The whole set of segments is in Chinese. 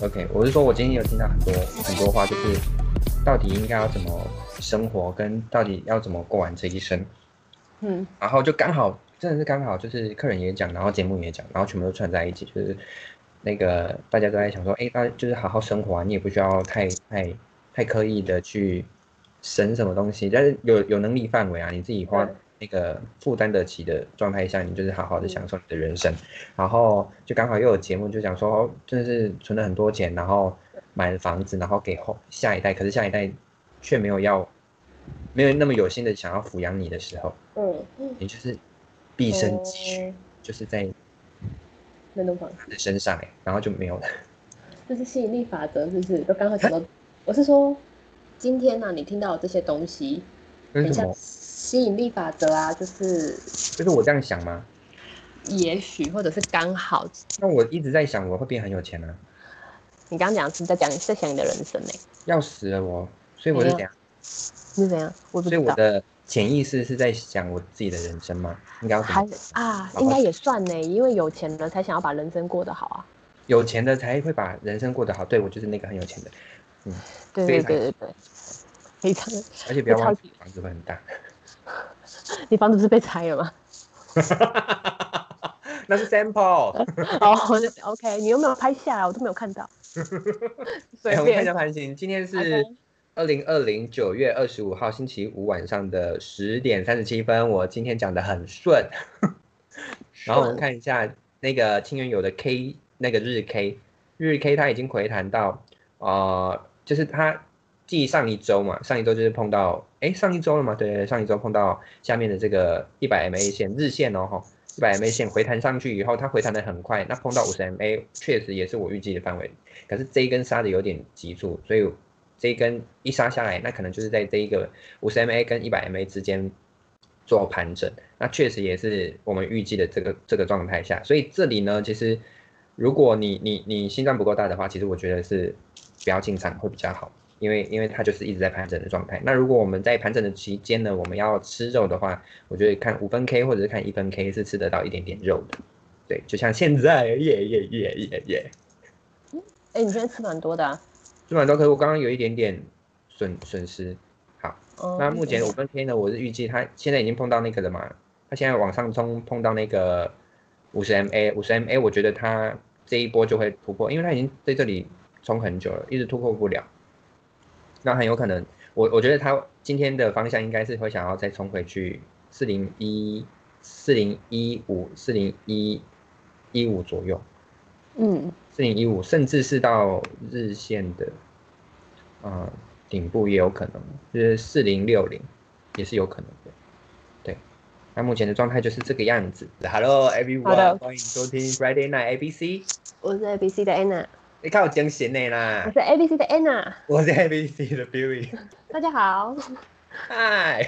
OK，我是说，我今天有听到很多很多话，就是到底应该要怎么生活，跟到底要怎么过完这一生。嗯，然后就刚好，真的是刚好，就是客人也讲，然后节目也讲，然后全部都串在一起，就是那个大家都在想说，哎，那就是好好生活啊，你也不需要太太太刻意的去省什么东西，但是有有能力范围啊，你自己花对那个负担得起的状态下，你就是好好的享受你的人生。然后就刚好又有节目就讲说，哦，真的是存了很多钱，然后买了房子，然后给后下一代，可是下一代却没有要，没有那么有心的想要抚养你的时候。嗯嗯，也就是毕生哦积蓄，就是在运动房他的身上哎、然后就没有了。 这是吸引力法则，是不是？都刚好讲哎到，我是说，今天呢、你听到这些东西，这很是什像么？吸引力法则啊，就是就是我这样想吗？也许或者是刚好，那我一直在想，我会变很有钱啊，你刚刚讲是在讲在想你的人生呢、要死了我，所以我就没有怎样？是怎样？嗯我不所以知我道，的潜意识是在想我自己的人生吗？应该要怎还么？啊好，吧应该也算呢、因为有钱了才想要把人生过得好啊。有钱的才会把人生过得好。对我就是那个很有钱的，对非对常对对对，非常，而且不要忘我记房子会很大。 你房子不是被拆了吗？ 那是 sample，哦我就，OK，你有没有拍下来？我都没有看到。随哎我们看一便下，盘形，今天好是的二零二零九月二十五号星期五晚上的十点三十七分。我今天讲的很顺，然后我们看一下那个亲缘友的 K 那个日 K 日 K，他已经回弹到呃，就是他继上一周嘛，上一周就是碰到哎上一周了嘛，对对对，上一周碰到下面的这个一百 MA 线日线哦吼。一百 MA 线回弹上去以后，它回弹的很快，那碰到五十 MA 确实也是我预计的范围，可是这一根杀的有点急促，所以这一根一杀下来，那可能就是在这一个五十 MA 跟一百 MA 之间做盘整，那确实也是我们预计的这个这个状态下，所以这里呢，其实如果你你你心脏不够大的话，其实我觉得是不要进场会比较好，因为因为它就是一直在盘整的状态。那如果我们在盘整的期间呢，我们要吃肉的话，我觉得看五分 K 或者是看一分 K 是吃得到一点点肉的，对，就像现在耶耶耶耶耶。哎、你今天吃蛮多的啊。这蛮多，可是我刚刚有一点点损损失。好，哦那目前五分 K 呢，我是预计它现在已经碰到那个了嘛，它现在往上冲碰到那个五十 MA，五十 MA，我觉得它这一波就会突破，因为它已经在这里冲很久了，一直突破不了。那很有可能，我我觉得它今天的方向应该是会想要再冲回去四零一、四零一五、四零一一五左右。嗯，四零一五，甚至是到日线的，呃，顶部也有可能，就是四零六零也是有可能的。对，那目前的状态就是这个样子。Hello 好 everyone，的欢迎收听 Friday Night ABC。我是 ABC 的 Anna，你看我讲闲的我啦，是 ABC 的 Anna，我是 ABC 的 Billy。大家好。嗨，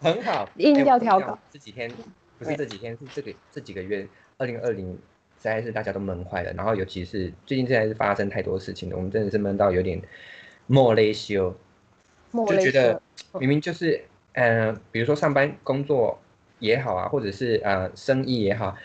很好，音哎调我跟你调讲高这几天不是这几天，是这个这几个月，二零二零实在是大家都闷坏了，然后尤其是最近现在是发生太多事情了，我们真的是闷到有点莫雷修，莫就雷觉得克，明明就是呃，比如说上班工作也好啊，或者是呃生意也好，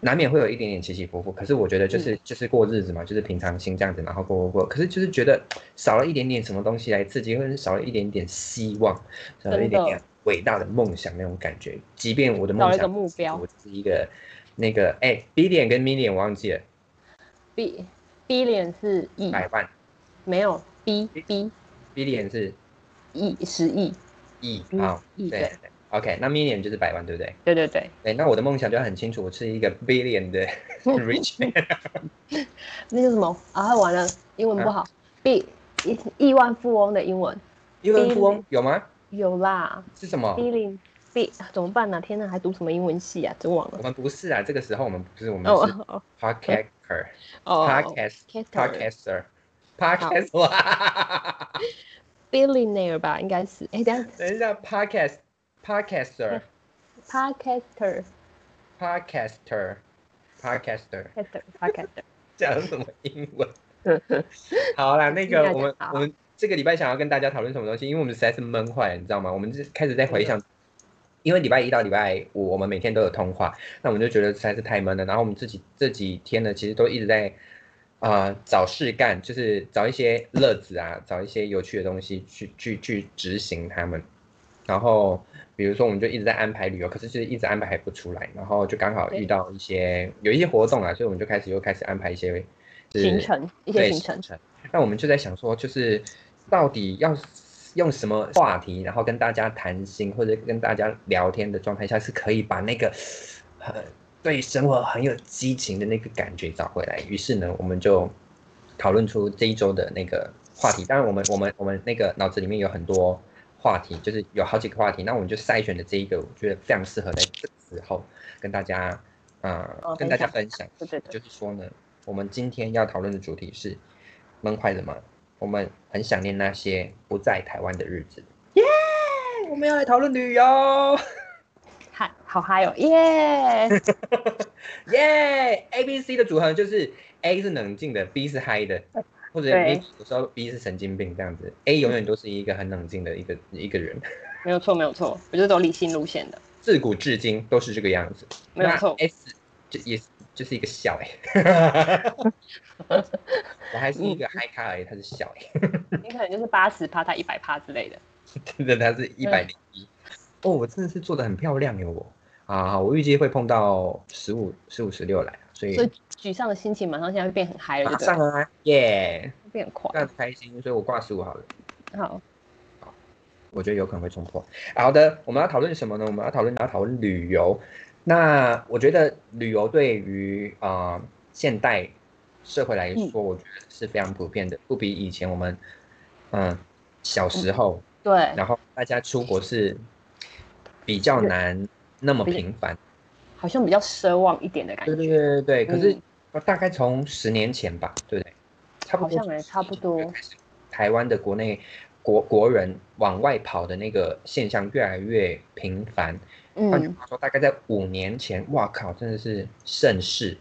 难免会有一点点起起伏伏。可是我觉嗯得就是、就是过日子嘛，就是平常心这样子，然后过过过。可是就是觉得少了一点点什么东西来刺激，或者是少了一点点希望，少了一点点伟大的梦想那种感觉。即便我的找梦了一个想，目标我是一个那个哎 B 点跟 million 我忘记了， ，B B 脸是亿，百万没有 B B B 点是亿十亿亿嗯啊，亿对对。 OK，那 million 就是百万，对不对？对对对，对，哎那我的梦想就很清楚，我是一个 billion 的 哦 rich man。那叫什么啊？完了，英文不好。B 亿亿万富翁的英文亿万富翁有吗？有啦是什么？ ，B 零 B 怎么办呢、天哪，还读什么英文系啊？真忘我了。们不是啊，这个时候我们不是，我们哦 是哦 podcaster、哦 podcast、 ，Caster podcaster、podcast。哇 billionaire 吧，应该是。哎，等一下 等一下，podcast、podcaster、 podcaster podcaster、podcaster， caster podcaster， 讲什么英文？ 好 啦，那应该个讲我们好我们这个礼拜想要跟大家讨论什么东西？因为我们实在是闷坏了，你知道吗？我们就开始在回想，因为礼拜一到礼拜五我们每天都有通话，那我们就觉得实在是太闷了。然后我们自己这几天呢，其实都一直在呃找事干，就是找一些乐子啊，找一些有趣的东西去去去执行他们。然后比如说我们就一直在安排旅游，可是就是一直安排不出来，然后就刚好遇到一些有一些活动啊，所以我们就开始又开始安排一些、就是行程一些对行程，那我们就在想说，就是到底要用什么话题，然后跟大家谈心或者跟大家聊天的状态下，是可以把那个很对生活很有激情的那个感觉找回来。于是呢，我们就讨论出这一周的那个话题。当然，我们我们我们那个脑子里面有很多话题，就是有好几个话题。那我们就筛选的这一个，我觉得非常适合在这个时候跟大家啊、呃哦跟大家分享。对对就对，是说呢，我们今天要讨论的主题是闷坏了吗？我们很想念那些不在台湾的日子。耶！我们要来讨论旅游。嗨，好嗨哦，耶！ 耶、a B、C 的组合就是 A 是冷静的，B 是嗨的，或者对 B 有时候 B 是神经病这样子。A 永远都是一个很冷静的一个一个人，没有错没有错，我就走理性路线的，自古至今都是这个样子。没有错那 S 就也是就是一个笑哎、 欸，我还是一个嗨咖而已，他是笑哎、你可能就是八十趴，他一百趴之类的。真的，它是一百零一。哦，我真的是做的很漂亮哟，我啊，我预计会碰到十五、十五、十六来，所以所以沮丧的心情马上现在会变很嗨了，马对不上对？啊，耶，变很这快样。开心，所以我挂十五好了。好，我觉得有可能会冲破。好的，我们要讨论什么呢？我们要讨论要讨论旅游。那我觉得旅游对于啊、呃现代社会嗯来说，我觉得是非常普遍的，不比以前我们嗯、小时嗯候对，然后大家出国是比较难那么频繁。好像比较奢望一点的感对对觉。对对对，可嗯是大概从十年前吧，对不对？差不多，好像欸差不多。台湾的国内国国人往外跑的那个现象越来越频繁。换句嗯，话说，大概在五年前，哇靠，真的是盛世，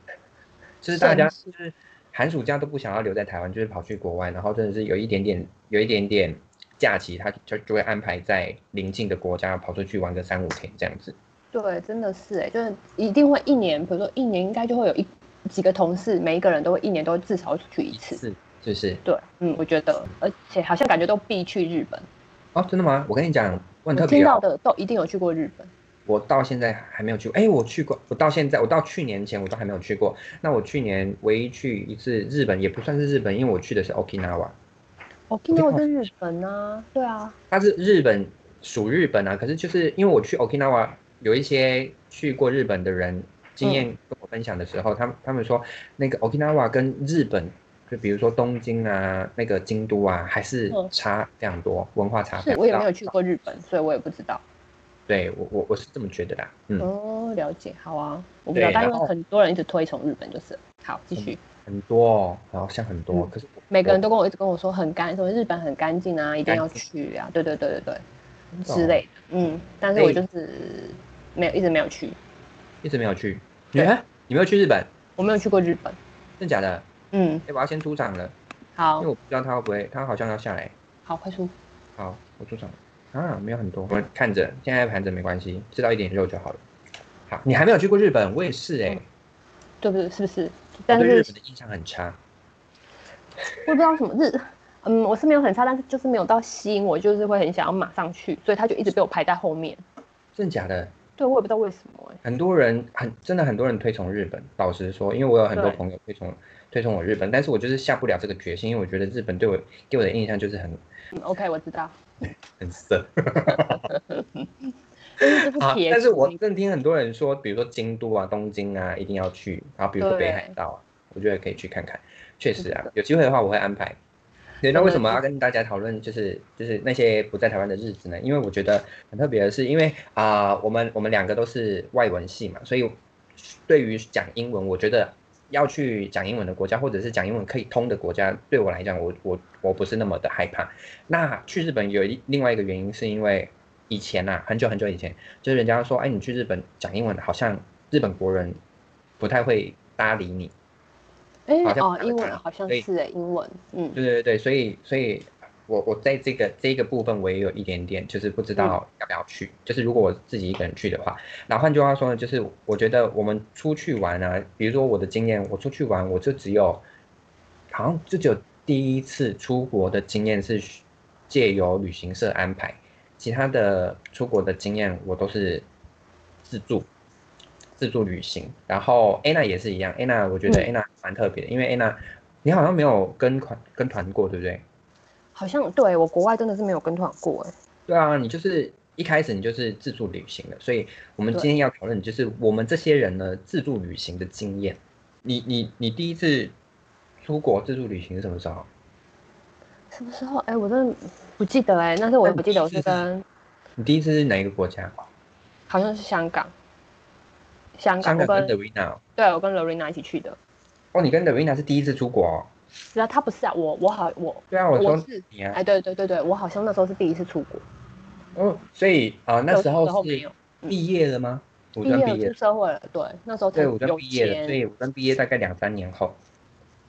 就是大家盛就是寒暑假都不想要留在台湾，就是跑去国外，然后真的是有一点点有一点点假期，他就就会安排在邻近的国家跑出去玩个三五天这样子。对，真的是哎，就是一定会一年，比如说一年应该就会有一几个同事，每一个人都会一年都至少出去一次。是就是对，嗯，我觉得，而且好像感觉都必去日本，哦，真的吗？我跟你讲，我很特我听别、到哦，的都一定有去过日本。我到现在还没有去过。哎，我去过，我到现在，我到去年前我都还没有去过。那我去年唯一去一次日本，也不算是日本，因为我去的是 Okinawa。我听到跟日本啊，对啊，它是日本属日本啊，可是就是因为我去 Okinawa，有一些去过日本的人经验嗯跟我分享的时候，他们他们说那个 Okinawa 跟日本，就比如说东京啊、那个京都啊，还是嗯差非常多，文化差非是常我也没大。有去过日本，所以我也不知道。对我我我是这么觉得的啊，嗯，哦，了解，好啊，我不知道，对但因然后为很多人一直推崇日本，就是好继续。很多哦，好像很多，嗯可是我每个人都跟我一直跟我说很干，说日本很干净啊，一定要干去啊，对对对对对真的哦之类的，嗯，但是所我以就是没有一直没有去，一直没有去。你对哎你没有去日本？我没有去过日本，真假的？嗯，哎、我要先出场了，因好为我不知道他会不会，他好像要下来。好快速，好，我出场了啊，没有很多，我们看着，现在盘着没关系，吃到一点肉就好了。好，你还没有去过日本，我也是哎、对不对？是不是？我但哦对日是本的印象很差。我也不知道什么日，嗯，我是没有很差，但是就是没有到吸引我，就是会很想要马上去，所以他就一直被我排在后面，真的假的？对我也不知道为什么、欸，很多人很真的很多人推崇日本，老实说，因为我有很多对朋友推崇推崇我日本，但是我就是下不了这个决心，因为我觉得日本对我给我的印象就是很嗯，OK，我知道，很色。但是就是啊撇、，但是我更听很多人说，比如说京都啊、东京啊，一定要去，然后比如说对北海道啊，我觉得可以去看看。确实啊，有机会的话我会安排。对，那真的为什么要跟大家讨论就是就是那些不在台湾的日子呢？因为我觉得很特别的是，因为啊、我们我们两个都是外文系嘛，所以对于讲英文，我觉得要去讲英文的国家，或者是讲英文可以通的国家，对我来讲，我我我不是那么的害怕。那去日本有一另外一个原因，是因为以前啊，很久很久以前，就是人家说，哎，你去日本讲英文，好像日本国人不太会搭理你。哎、好像哦，英文好像所以是哎、英文，嗯，对对对，所以所以我我在这个这个部分我也有一点点，就是不知道要不要去。就是如果我自己一个人去的话，那换句话说呢，就是我觉得我们出去玩啊，比如说我的经验，我出去玩我就只有好像就只有第一次出国的经验是借由旅行社安排，其他的出国的经验我都是自助。自助旅行，然后 Anna 也是一样，Anna 我觉得 Anna 蛮特别的，因为 Anna 你好像没有跟团跟团过，对不对？好像对我国外真的是没有跟团过哎、对啊，你就是一开始你就是自助旅行的，所以我们今天要讨论的就是我们这些人呢自助旅行的经验。你你你第一次出国自助旅行是什么时候？什么时候？哎、我真的不记得哎、但是我也不记得我是跟你第一次是哪一个国家？好像是香港，香港香港我跟跟 Davina 哦对我跟 Lorena 一起去的。哦，你跟 Davina 是第一次出国、哦？然后他不是啊，我我好我对啊，我说我是你啊，哎对对对对，我好像那时候是第一次出国，哦，所以啊、那时有候没是有毕业了吗？五毕专业毕了业出，社会了，对那时候才对，五专有毕业了，所钱以五专毕业大概两三年后。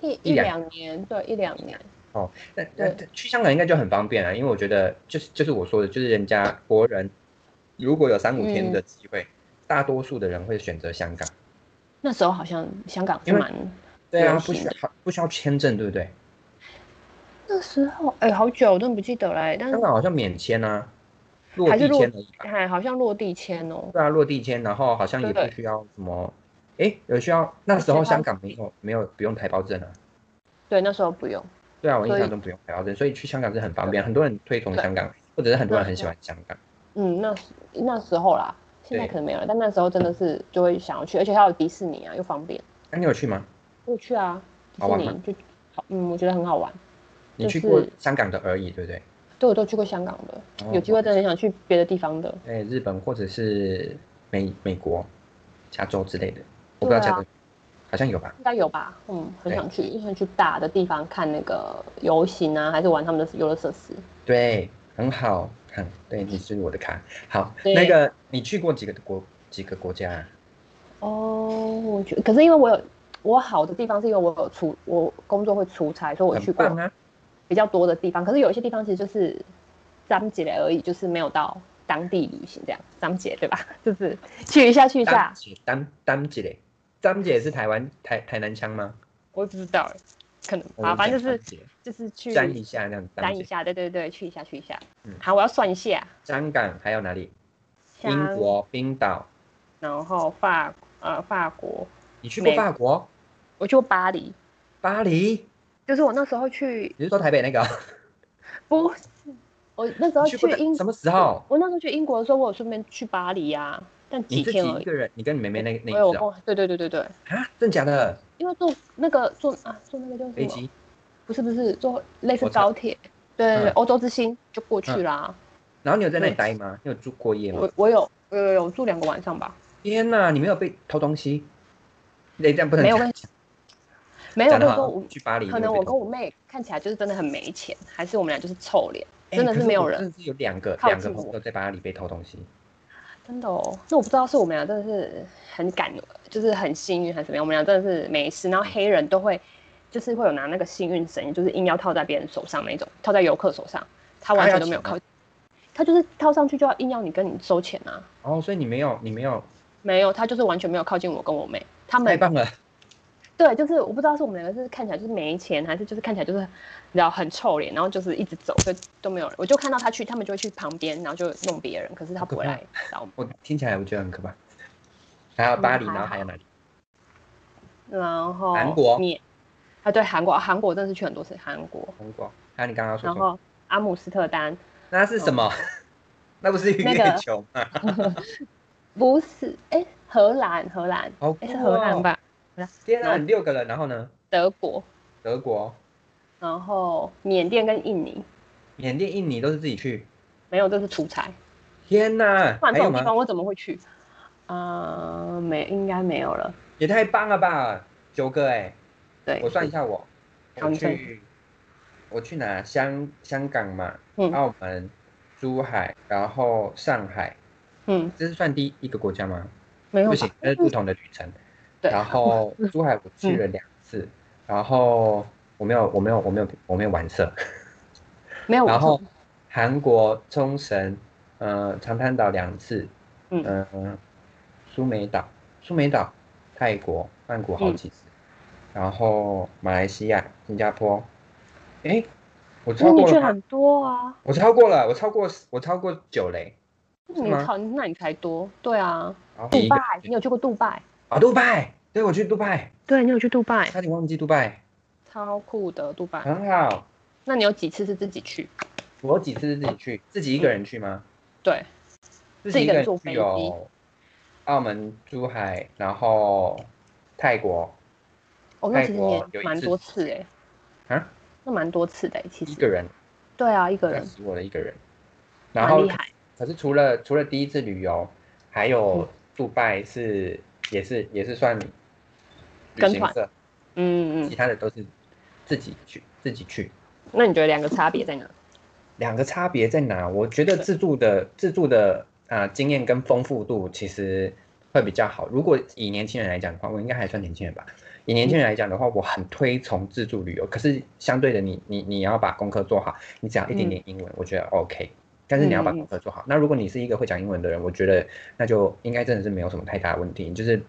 一一一两两年对一两年那那去香港应该就很方便啊了，因为我觉得就是就是我说的，就是人家国人如果有三五天的嗯机会，大多数的人会选择香港。那时候好像香港是因为蛮对啊，流不行需的要不需要签证，对不对？那时候哎、好久我真的不记得了、哎但是香港好像免签啊，落还地是落签而已吧。哎好像落地签哦、对啊，落地签，然后好像也不对需要什么，哎，有需要那时候香港没有没有不用台胞证啊。对那时候不用对啊，我印所以象中不用台胞证，所以去香港是很方便，很多人推崇对香港，或者是很多人对很喜欢香港。嗯那时那时候啦，现在对可能没有了，但那时候真的是就会想要去，而且还有迪士尼啊又方便，那你有去吗？我去啊迪好士玩吗尼就好嗯我觉得很好玩。你就去过是香港的而已，对不对？对，我都去过香港的，哦有机会真的很想去别的地方的。哎，日本或者是美美国、加州之类的，我不知道对加啊州、好像有吧？应该有吧，嗯，很对想去，很想去大的地方看那个游行啊，还是玩他们的游乐设施。对，很好，很对，你是我的咖。好，对那个你去过几个国几个国家、啊？哦，我觉可是因为我有我好的地方是因为我有出我工作会出差，所以我去很过棒啊！比较多的地方。可是有一些地方其实就是张姐而已，就是没有到当地旅行这样，张姐对吧？ 就是去一下去一丹下，姐，丹丹姐嘞，丹姐是台湾台台南腔吗？我不知道欸，可能我吧，们反正讲就是丹姐就是去沾一下那样，丹沾一姐。下，对对对，去一下去一下嗯。好，我要算一下，香港还有哪里？英香国、冰岛，然后法呃法国，你去过美法国、我去过巴黎，巴黎？就是我那时候去你是说台北那个？不，我那时候你去去过的英什么时候？我那时候去英国的时候，我有顺便去巴黎啊，但你几自天己而一已。个人，你跟你妹妹那那我有一次哦跟对对对对对，啊？真假的？因为坐那个坐啊坐那个叫飞什么？机？不是不是坐类似火车高铁，对对对，嗯欧洲之星就过去啦。然后你有在那里待吗？你有住过夜吗我？我有我有有住两个晚上吧，天哪，你没有被偷东西？那这样不能没有讲问没有讲跟得你好说像我去巴黎没有被偷，可能我跟我妹看起来就是真的很没钱，还是我们俩就是臭脸，哎真的可是是没有我人真的是有两个靠两个近朋我友在巴黎被偷东西。真的哦。那我不知道是我们俩真的是很感，就是很幸运还是怎么样，我们俩真的是没事。然后黑人都会就是会有拿那个幸运绳，就是硬要套在别人手上那种，套在游客手上，他完全都没有他靠，他就是套上去就要硬要你跟你收钱啊，哦，所以你没有，你没有，没有，他就是完全没有靠近我跟我妹，他太们棒了！对，就是我不知道是我们两个是看起来就是没钱，还是就是看起来就是然后很臭脸，然后就是一直走，就都没有人。我就看到他去，他们就会去旁边，然后就弄别人，可是他不会来找我们。我听起来我觉得很可怕。还有巴黎，嗯还然后还有哪里？然后韩国你啊，对韩国，韩国我真的是去很多次韩国，中国，还有你刚刚说然什么？后阿姆斯特丹那是什么？ 那不是那月个球吗？不是，哎，荷兰，荷兰，好哎酷是荷兰哦！吧？天哪，你六个人，然后呢？德国，德国、然后缅甸跟印尼，缅甸、印尼都是自己去。没有，这是出差。天哪，不还然这有种地吗？方我怎么会去？啊，没，应该没有了。也太棒了吧！九个哎、对，我算一下我，好我你算去我去哪？香香港嘛，嗯澳门、珠海，然后上海，嗯，这是算第一个国家吗？没有不吧行，那是不同的旅程。对然后珠海我去了两次，然后我没有，我没有，我没有，我没有玩色。没有，然我后韩国冲绳，呃，长滩岛两次，嗯呃，苏梅岛，苏梅岛，泰国曼谷好几次，嗯然后马来西亚、新加坡，哎，我那超你过去了吗？很多啊，我超过了，我超过我超过九嘞。是你吗超那你才多，对啊，然后杜一个拜，你有去过杜拜？啊，杜拜，对我去杜拜，对，你有去杜拜，差点忘记杜拜，超酷的杜拜。很好。那你有几次是自己去？我有几次是自己去，自己一个人去吗？对，自己己一一个个人人坐去飞机有澳门、珠海，然后泰国哦，那其实泰国你也有一蛮次多次哎、啊，那蛮多次的、欸、其一个实。人，对啊，一个吓人，死我了，一个人。然蛮后厉害。嗯可是除了除了第一次旅游，还有杜拜是也是也是算旅跟行社，嗯嗯其嗯，他的都是自己去自己去。那你觉得两个差别在哪？ 两个差别在哪？我觉得自助的自助的啊、呃经验跟丰富度其实会比较好。如果以年轻人来讲的话，我应该还算年轻人吧。以年轻人来讲的话，我很推崇自助旅游。可是相对的你，你你要把功课做好，你只要一点点英文，嗯我觉得 OK。但是你要把功课做好。那如果你是一个会讲英文的人，我觉得那就应该真的是没有什么太大的问题，就是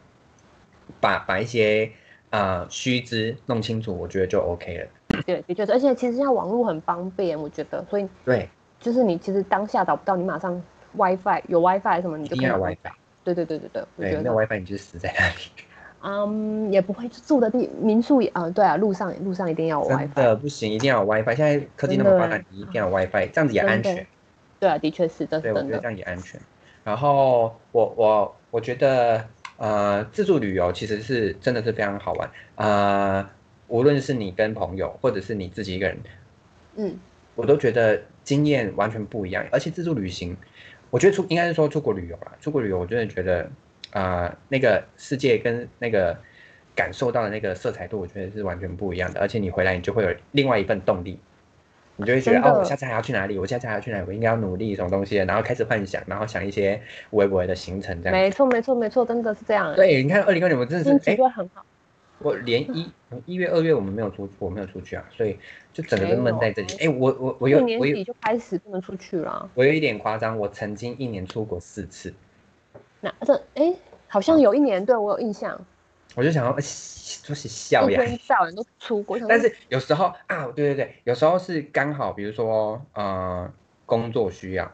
把把一些啊须知弄清楚，我觉得就 OK 了。对，的确是，而且其实现在网络很方便，我觉得，所以对，就是你其实当下找不到，你马上 WiFi 有 WiFi 什么你一嗯就定可以要有找 WiFi。对对对对对，我对，觉没有得， WiFi 你就死在那里。嗯，也不会住的地民宿也，嗯，对啊，路上路上一定要有真 WiFi，的不行，一定要有 WiFi。现在科技那么发达真的，你一定要有 WiFi，这样子也安全。对啊，的确是，这是对，我真觉得的这，样也安全。然后我我我觉得呃，自助旅游其实是真的是非常好玩。呃，无论是你跟朋友，或者是你自己一个人，嗯，我都觉得经验完全不一样。而且自助旅行，我觉得出应该是说出国旅游啦，出国旅游我真的觉得啊、呃那个世界跟那个感受到的那个色彩度，我觉得是完全不一样的。而且你回来，你就会有另外一份动力，你就会觉得真的哦，我下次还要去哪里？我下次还要去哪里？我应该要努力什么东西的？然后开始幻想，然后想一些微博的行程这样。没错没错没错，真的是这样、欸，，对，你看二零二零，我真的是心哎、情就会很好，我连一一月、二月我们没有出，我没有出去啊，所以就整个没都闷有在这里。哎、我我我去有年我有底就开始不能出去了，啊我有一点夸张，我曾经一年出国四次，那这哎、好啊像有一年对我有印象，我就想要哎就是笑一呀。天到晚都出国，我想说但是有时候啊，对对对，有时候是刚好，比如说呃工作需要，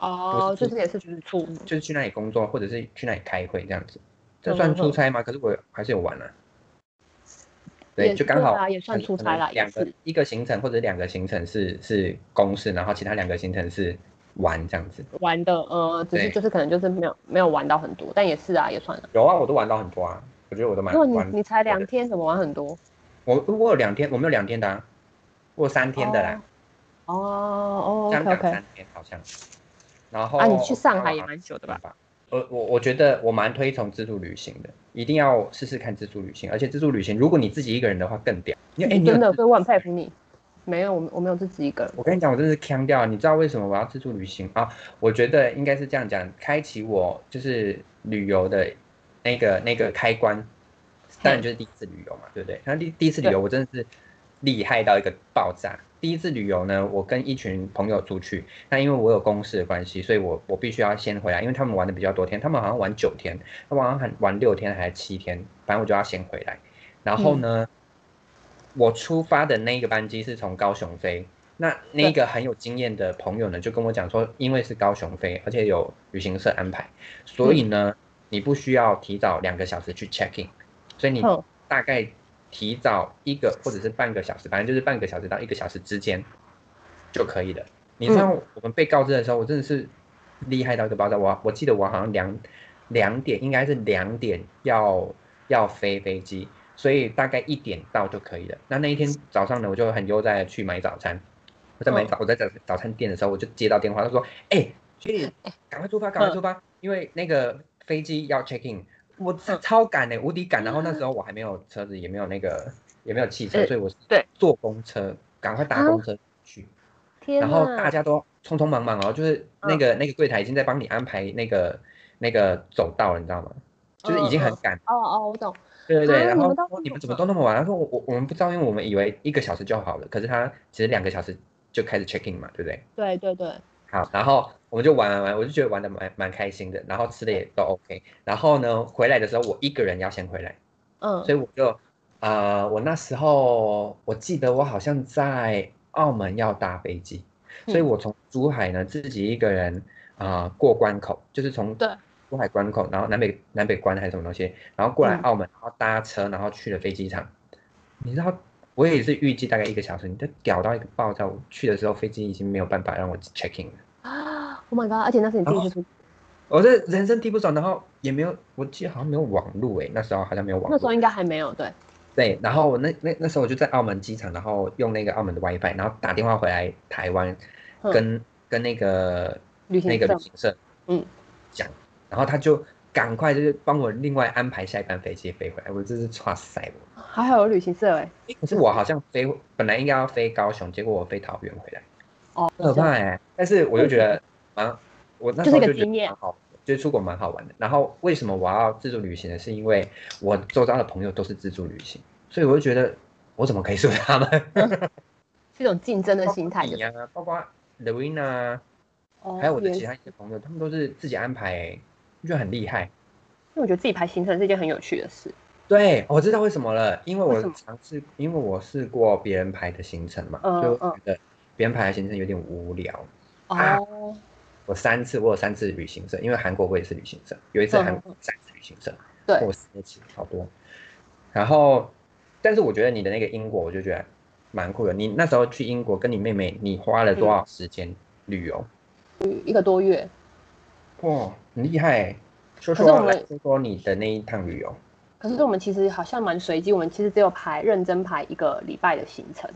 哦，不是就是也是就是出，就是去那里工作，或者是去那里开会这样子，这嗯算嗯出嗯差吗？可是我还是有玩啊。也对，就刚好对啊也算可出可差能啦也两个是一个行程或者两个行程是是公事，然后其他两个行程是玩这样子。玩的，呃，只是对就是可能就是没有没有玩到很多，但也是啊，也算了。有啊，我都玩到很多啊，我觉得我都蛮因为玩你你才我两的天，怎么玩很多？我我有两天，我没有两天的、啊，我有三天的啦。哦哦香，OK 港 OK 三。哦天好像。然后啊，你去上海也蛮久的吧？？我呃我我觉得我蛮推崇自助旅行的，一定要试试看自助旅行。而且自助旅行，如果你自己一个人的话更屌。因为哎，你有真的，自所以我很佩服你。没有，我们我没有自己一个人。我跟你讲，我真的是腔掉。你知道为什么我要自助旅行啊？我觉得应该是这样讲，开启我就是旅游的那个那个开关。当然就是第一次旅游嘛，对不对？那第第一次旅游我真的是厉害到一个爆炸。第一次旅游呢，我跟一群朋友出去，那因为我有公事的关系，所以我我必须要先回来，因为他们玩的比较多天，他们好像玩九天，他们好像还玩六天还是七天，反正我就要先回来。然后呢，我出发的那一个班机是从高雄飞，那那个很有经验的朋友呢，就跟我讲说，因为是高雄飞，而且有旅行社安排，所以呢，你不需要提早两个小时去 check in，所以你哼大概提早一个或者是半个小时，反正就是半个小时到一个小时之间就可以了。你知道我们被告知的时候，我真的是厉害到一个爆炸。我我记得我好像两两点，应该是两点要要飞飞机，所以大概一点到就可以了。那那一天早上呢，我就很悠哉的去买早餐。我在买早我在早早餐店的时候，我就接到电话，他说：“哎、学 弟，赶快出发，赶嗯快出发，因为那个飞机要 check in。”我嗯超超赶呢、无敌赶。然后那时候我还没有车子，也没有那个也没有汽车，呃所以我是对坐公车，赶快搭啊公车去。天然后大哪！家都匆匆忙忙哦，就是嗯那个、那个柜台已经在帮你安排那个那个走道了，你知道吗？就是已经很赶，哦哦，我懂。对对对。啊然你后们都说这你么们怎么都那么晚？他说我我我们不知道，因为我们以为一个小时就好了，可是他其实两个小时就开始 check in 嘛，对不对？对对对，好，然后我们就玩玩玩，我就觉得玩的蛮蛮开心的，然后吃的也都 OK。然后呢，回来的时候我一个人要先回来，嗯所以我就啊、呃，我那时候我记得我好像在澳门要搭飞机，所以嗯我从珠海呢自己一个人啊、呃过关口，就是从对珠海关口，然后南北南北关还是什么东西，然后过来嗯澳门，然后搭车，然后去了飞机场。你知道我也是预计大概一个小时，你就屌到一个爆炸，我去的时候飞机已经没有办法让我 check in 了。啊，Oh my god！而且那是你第一次出，我哦这人生地不熟，然后也没有，我记得好像没有网路欸诶、那时候好像没有网那时候路。应该还没有对，对，然后我那那那时候我就在澳门机场，然后用那个澳门的 WiFi，然后打电话回来台湾，嗯跟跟那个旅行那个社旅行社嗯讲，然后他就赶快就是帮我另外安排下一班飞机飞回来，我真是哇塞我！还好有旅行社哎、可是我好像飞本来应该要飞高雄，结果我飞桃园回来，哦，很可怕哎、但是我就觉得啊，我那时候嗯就觉就是一个得经验蛮好的，就是出国蛮好玩的。然后为什么我要自助旅行呢？是因为我周遭的朋友都是自助旅行，所以我就觉得我怎么可以输他们？是一种竞争的心包态括就你啊，包括 Lewin 啊，哦还有我的也其他一些朋友，他们都是自己安排、欸，我觉得很厉害。因为我觉得自己排行程是一件很有趣的事。对，我知道为什么了，因为为我什么尝试，因为我试过别人排的行程嘛，嗯所以我觉得别人排的行程有点无聊。哦，啊我三次，我有三次旅行社，因为韩国我也是旅行社，有一次嗯韩嗯国三次旅行社，对我四次好多。然后，但是我觉得你的那个英国，我就觉得蛮酷的。你那时候去英国跟你妹妹，你花了多嗯少时间旅游？一个多月，哇，很厉害欸！说可是说我们来说说你的那一趟旅游，可是我们其实好像蛮随机，我们其实只有排认真排一个礼拜的行程，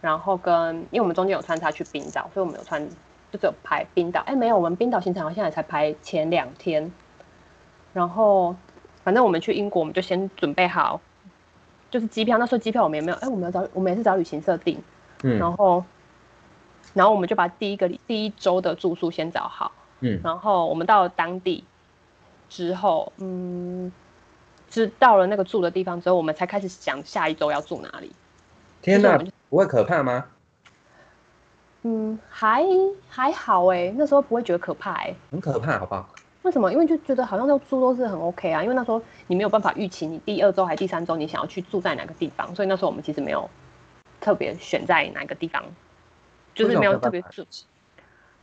然后跟因为我们中间有穿插去冰岛，所以我们有穿就只有排冰岛。哎，没有，我们冰岛行程好像也才排前两天，然后反正我们去英国，我们就先准备好，就是机票。那时候机票我们也没有，哎，我们有找我们也是找旅行社订，然嗯后然后我们就把第一个第一周的住宿先找好。嗯然后我们到了当地之后，嗯，知到了那个住的地方之后，我们才开始想下一周要住哪里。天就是哪我们，不会可怕吗？嗯，还还好哎、那时候不会觉得可怕哎、很可怕，好不好？为什么？因为就觉得好像都住都是很 OK 啊，因为那时候你没有办法预期你第二周还第三周你想要去住在哪个地方，所以那时候我们其实没有特别选在哪个地方，就是没有特别为什住。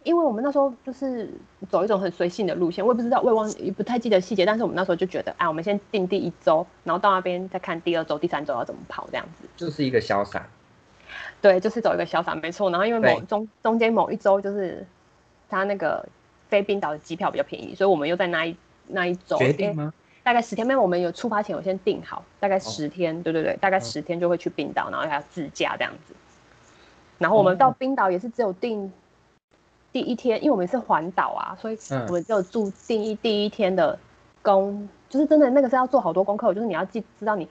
因为我们那时候就是走一种很随性的路线，我也不知道，我也忘也不太记得细节，但是我们那时候就觉得，啊，我们先定第一周，然后到那边再看第二周、第三周要怎么跑这样子。就是一个潇洒，对，就是走一个潇洒，没错。然后因为某对中中间某一周就是他那个飞冰岛的机票比较便宜，所以我们又在那一那一周决定诶吗？大概十天，没有我们有出发前有先定好，大概十天，对对对，大概哦嗯十天就会去冰岛，然后还要自驾这样子。然后哦我们到冰岛也是只有定第一天，因为我们是环岛啊，所以嗯我们只有住定义第一天的工，就是真的那个是要做好多功课，就是你要记知道你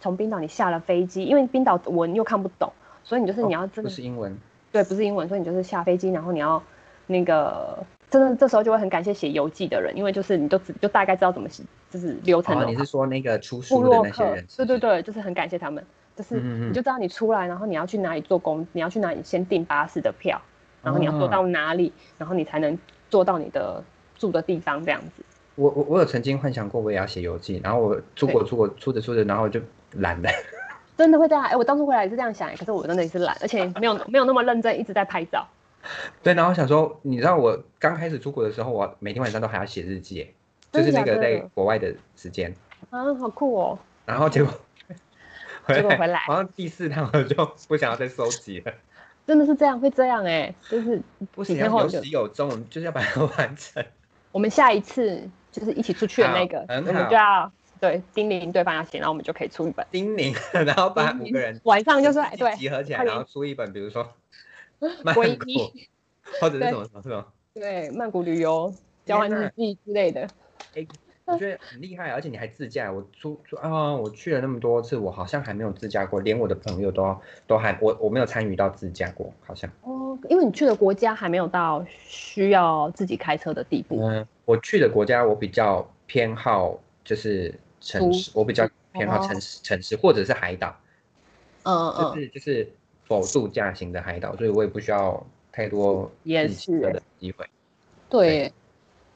从冰岛你下了飞机，因为冰岛文又看不懂，所以你就是你要真哦不的是英文，对，不是英文，所以你就是下飞机，然后你要那个，真的这时候就会很感谢写游记的人，因为就是你都只就大概知道怎么写，就是流程哦，的你话、是说那个出部书的落那些客人？，对对，对，就是很感谢他们，就是嗯嗯嗯你就知道你出来，然后你要去哪里做工，你要去哪里先订巴士的票，然后你嗯要坐啊到哪里，然后你才能坐到你的住的地方这样子。我我我有曾经幻想过我也要写游记，然后我出国出国出着出着，然后我就懒了。真的会这样？哎，我当初回来也是这样想，可是我真的也是懒，而且没有没有那么认真，一直在拍照。 对，然后我想说，你知道我刚开始出国的时候，我每天晚上都还要写日记耶，就真是的那假个在的国外的时间，啊，好酷哦！然后结果 结果回来 好像第四趟我就不想要再收集 了，真的是这样，会这样哎、就是不几行，天要后有就始有终，我们就是要把它完成。我们下一次就是一起出去的那个好，很我们好就要对叮咛对方要写，然后我们就可以出一本。叮咛， 然后把五个人晚 上 就说，哎，一起对，集合起来，快点然后出一本，比如 说曼唯谷一，或者是对什么什么什么，对曼谷旅游交换日记之类的，嗯我觉得很厉害，而且你还自驾。我出出啊、我去了那么多次，我好像还没有自驾过，连我的朋友都都还我我没有参与到自驾过，好像。哦，因为你去的国家还没有到需要自己开车的地步，嗯，我去的国家我比较偏好就是城市，我比较偏好城市城市或者是海岛，就嗯哦嗯，是就是否度假型的海岛，所以我也不需要太多也自己是的欸机会。对，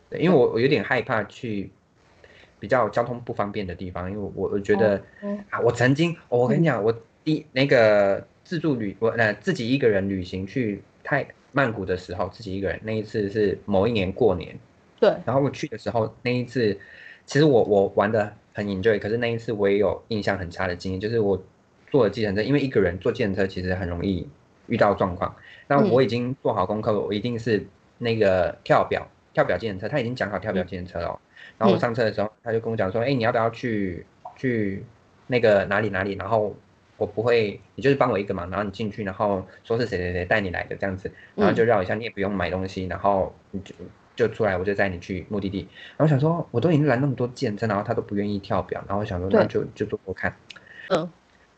对，因为我我有点害怕去比较交通不方便的地方，因为我我觉得、嗯啊，我曾经，哦我跟你讲，我第那个自助旅，我呃自己一个人旅行去泰曼谷的时候，自己一个人那一次是某一年过年，对，然后我去的时候那一次，其实我我玩的很 enjoy，可是那一次我也有印象很差的经验，就是我坐了计程车，因为一个人坐计程车其实很容易遇到状况。那我已经做好功课了，我一定是那个跳表跳表计程车，他已经讲好跳表计程车了哦、然后我上车的时候，他就跟我讲说：“哎、你要不要去去那个哪里哪里？”然后我不会，你就是帮我一个忙，然后你进去，然后说是谁谁谁带你来的这样子，然后就绕一下，你也不用买东西，然后你就就出来，我就载你去目的地。然后想说，我都已经拦那么多健身，然后他都不愿意跳表，然后我想说对那就就做做看。嗯，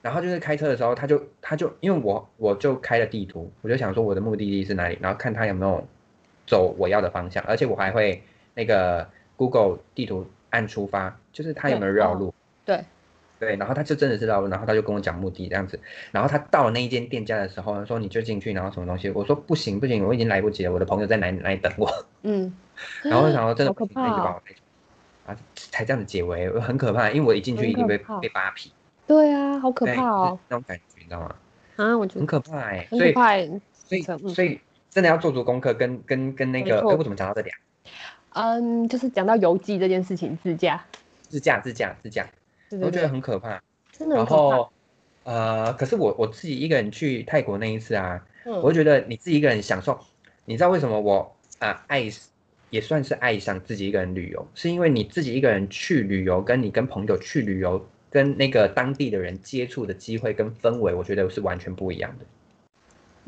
然后就是开车的时候，他就他就因为我我就开了地图，我就想说我的目的地是哪里，然后看他有没有走我要的方向，而且我还会那个 Google 地图按出发，就是他有没有绕路。对哦对，然后他就真的是绕路，然后他就跟我讲目的这样子，然后他到了那一间店家的时候，他说你就进去，然后什么东西，我说不行不行，我已经来不及了，我的朋友在哪里哪里等我，嗯，然后我想说真的好可不行，那你就怕哦把我带走啊，才这样子结尾，很可怕，因为我一进去很一定可被怕被扒皮，对啊，好可对怕哦，那种感觉你知道吗？啊，我觉很得可怕哎、所很可以怕欸。所以可嗯所以真的要做足功课，跟跟跟那没个，错哎、我怎么讲到这里啊？嗯，就是讲到邮寄这件事情，自驾，自驾自驾自驾，对我对觉得对，很可怕。真的然很可怕。后呃，可是我我自己一个人去泰国那一次啊，嗯我就觉得你自己一个人享受，你知道为什么我啊爱也算是爱上自己一个人旅游，是因为你自己一个人去旅游，跟你跟朋友去旅游，跟那个当地的人接触的机会跟氛围，我觉得是完全不一样的。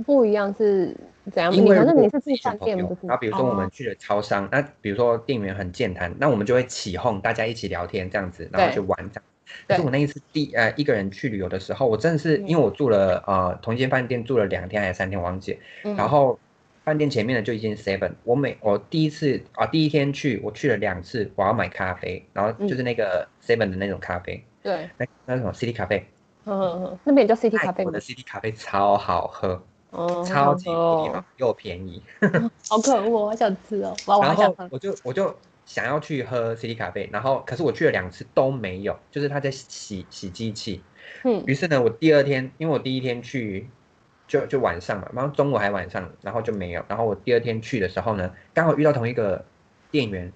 不一样是怎样？因你为反如正果你是去一群饭朋店友不是？然后比如说我们哦去了超商，那比如说店员很健谈，那我们就会起哄，大家一起聊天这样子，然后对去玩这样。可是对我那一次第呃一个人去旅游的时候，我真的是嗯因为我住了呃同一间饭店住了两天还是三天忘记，嗯然后饭店前面的就一间 Seven，我每我第一次啊第一天去我去了两次，我要买咖啡，然嗯后就是那个 Seven 的那种咖啡，对，那那什么 City 咖啡，嗯嗯嗯，那边也叫 City 咖泰啡国吗的？City 咖啡超好喝，哦，超级好无喝敌哦好又便宜。好可恶哦，好想吃哦，哇，我然好想后喝。我就我就想要去喝 CD 咖啡，然后可是我去了两次都没有，就是他在洗洗机器。嗯于是呢，我第二天，因为我第一天去就就晚上嘛，然后中午还晚上，然后就没有。然后我第二天去的时候呢，刚好遇到同一个店员，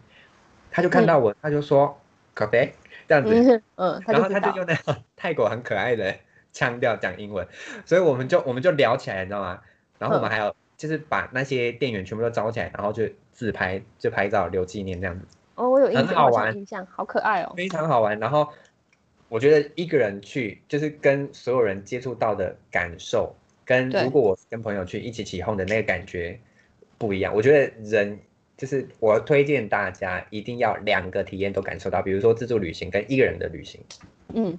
他就看到我，他就说咖啡这样子，嗯嗯，他然就后知他道就，用那种 泰国很可爱的腔调讲英文，所以我们就我们就聊起来，你知道吗？然嗯后我们还有就是把那些店员全部都招起来，然后就自拍就拍照留纪念这样子，哦，我有印很象，好我像玩印象，好可爱哦。非常好玩。然后我觉得一个人去就是跟所有人接触到的感受，跟对如果我跟朋友去一起起哄的那个感觉不一样。我觉得人。就是我推荐大家一定要两个体验都感受到，比如说自助旅行跟一个人的旅行。嗯，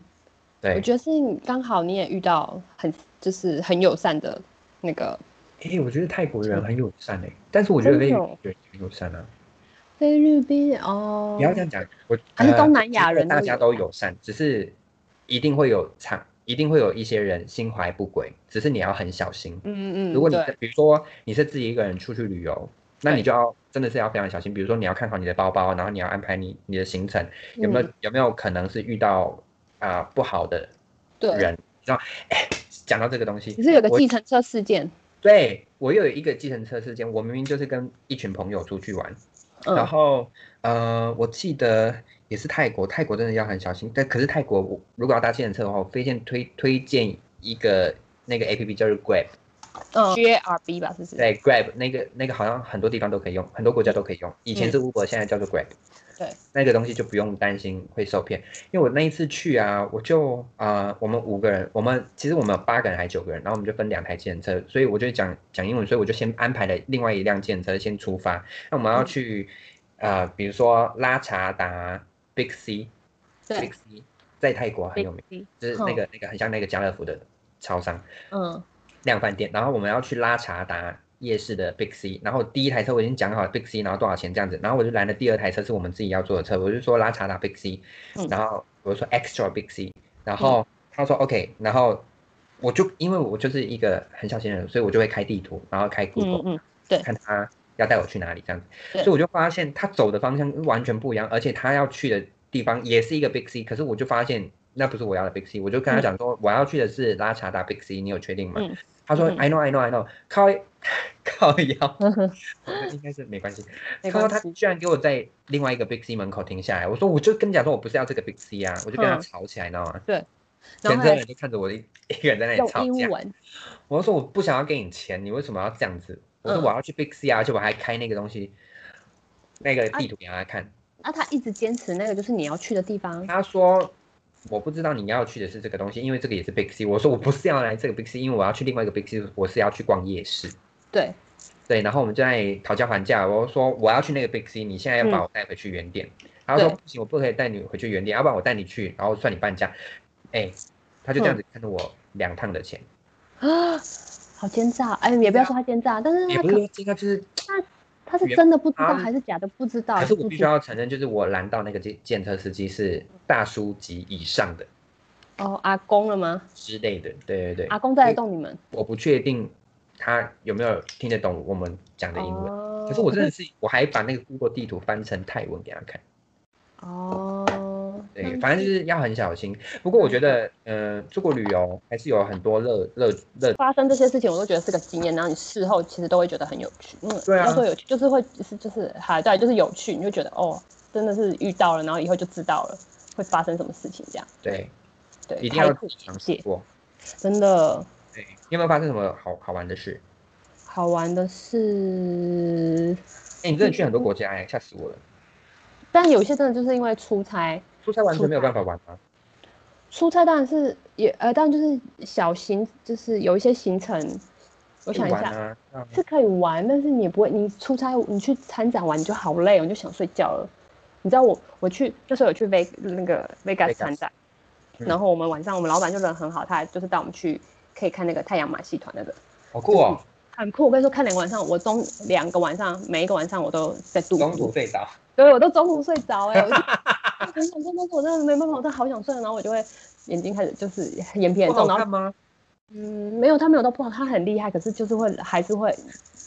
对，我觉得是刚好你也遇到很就是很友善的那个哎、我觉得泰国人很友善哎、但是我觉得真菲律宾的哦人很友善啊。菲律宾哦，不要这样讲，我呃还是东南亚人我觉得大家都都有友善，只是一定会有场，一定会有一些人心怀不轨，只是你要很小心。嗯嗯，如果你对比如说你是自己一个人出去旅游，那对你就要真的是要非常小心。比如说你要看好你的包包，然后你要安排你你的行程，有没有、嗯有没有可能是遇到啊、不好的对，人？你知道，哎、讲到这个东西，只是有个我计程车事件，对我又有一个计程车事件，我明明就是跟一群朋友出去玩，然嗯后呃，我记得也是泰国，泰国真的要很小心。但可是泰国，我如果要搭计程车的话，我推荐推推荐一个那个 A P P 就是 Grab，嗯，G A R B 吧，是不是？对 Grab 那个那个好像很多地方都可以用，很多国家都可以用。以前是 Uber，、现在叫做 Grab。嗯对，那个东西就不用担心会受骗，因为我那一次去啊，我就啊、呃我们五个人，我们其实我们有八个人还是九个人，然后我们就分两台计程车，所以我就讲讲英文，所以我就先安排了另外一辆计程车先出发。那我们要嗯去、呃，比如说拉查达 Big C，Big 对 C 在泰国很有名， ，Big 嗯 C，就是那个那个很像那个家乐福的超商。嗯量贩店，然后我们要去拉查达夜市的 Big C，然后第一台车我已经讲好了 Big C，然后多少钱这样子，然后我就拦了第二台车是我们自己要坐的车，我就说拉查达 Big C，嗯然后我就说 extra Big C，然后他说 OK，然后我就因为我就是一个很小心的人，所以我就会开地图，然后开嗯 Google，、嗯，对看他要带我去哪里这样子，对所以我就发现他走的方向完全不一样，而且他要去的地方也是一个 Big C，可是我就发现那不是我要的 Big C，我就跟他讲说我要去的是拉查达 Big C，你有确定吗？嗯他说、嗯 I know I know I know，靠 靠 腰，应该是没关系。没他说关他系，居然给我在另外一个 Big C 门口停下来，我说我就跟你讲说我不是要这个 Big C 啊，我就跟他嗯吵起来，你知道吗？然全后车还人就看着我一一个人在那里吵用架英，文，我就说我不想要给你钱，你为什么要这样子？我说嗯我要去 Big C 啊，而且我还开那个东西，那个地图给他看。那他一直坚持那个就是你要去的地方，他说我不知道你要去的是这个东西，因为这个也是 Big C。我说我不是要来这个 Big C，因为我要去另外一个 Big C，我是要去逛夜市。对，对，然后我们就在讨价还价，我说我要去那个 Big C，你现在要把嗯我带回去原点。他说对不行，我不可以带你回去原点，要不然我带你去，然后算你半价。哎，他就这样嗯子看着我两趟的钱，啊，好奸诈！哎，也不要说他奸诈，但是也他不是可说这个就是他是原真的不知道啊还是假的不知道，可是我不必须知要承认，就是我拦到那个建建车司机是大叔级以上的哦阿公了吗？之类的，对对对，阿公在得动你们？我不确定他有没有听得懂我们讲的英文。哦，可是我真的是，我还把那个 Google 地图翻成泰文给他看。哦，对，反正就是要很小心。不嗯过我觉得，呃，出国旅游还是有很多乐乐乐。发生这些事情，我都觉得是个经验，然后你事后其实都会觉得很有趣。嗯，对啊要说有趣，就是会是就是还对，就是有趣，你就觉得哦，真的是遇到了，然后以后就知道了会发生什么事情这样。对，对，一定要开拓尝眼试界，过。真的对，你有没有发生什么好好玩的事？好玩的是，哎、嗯你真的去很多国家哎、吓死我了！但有些真的就是因为出差，出差完全没有办法玩吗？出差当然是也呃，当然就是小行，就是有一些行程，我想一玩下、啊，那是可以玩，但是你也不会，你出差你去参展玩你就好累哦，你就想睡觉了。你知道我我去那时候有去 Ve 那个 Vegas Vegas 参展，嗯然后我们晚上我们老板就人很好，他还就是带我们去可以看那个太阳马戏团那个好酷 哦！很酷。我跟你说，看两个晚上，我中两个晚上每一个晚上我都在度中过。途隧道，对，我都中午睡着哎、欸，我就我很想睡，但是我真的没办法，我真的好想睡，然后我就会眼睛开始就是眼皮很不重，好然后看吗？嗯，没有他没有到不好，他很厉害，可是就是会还是会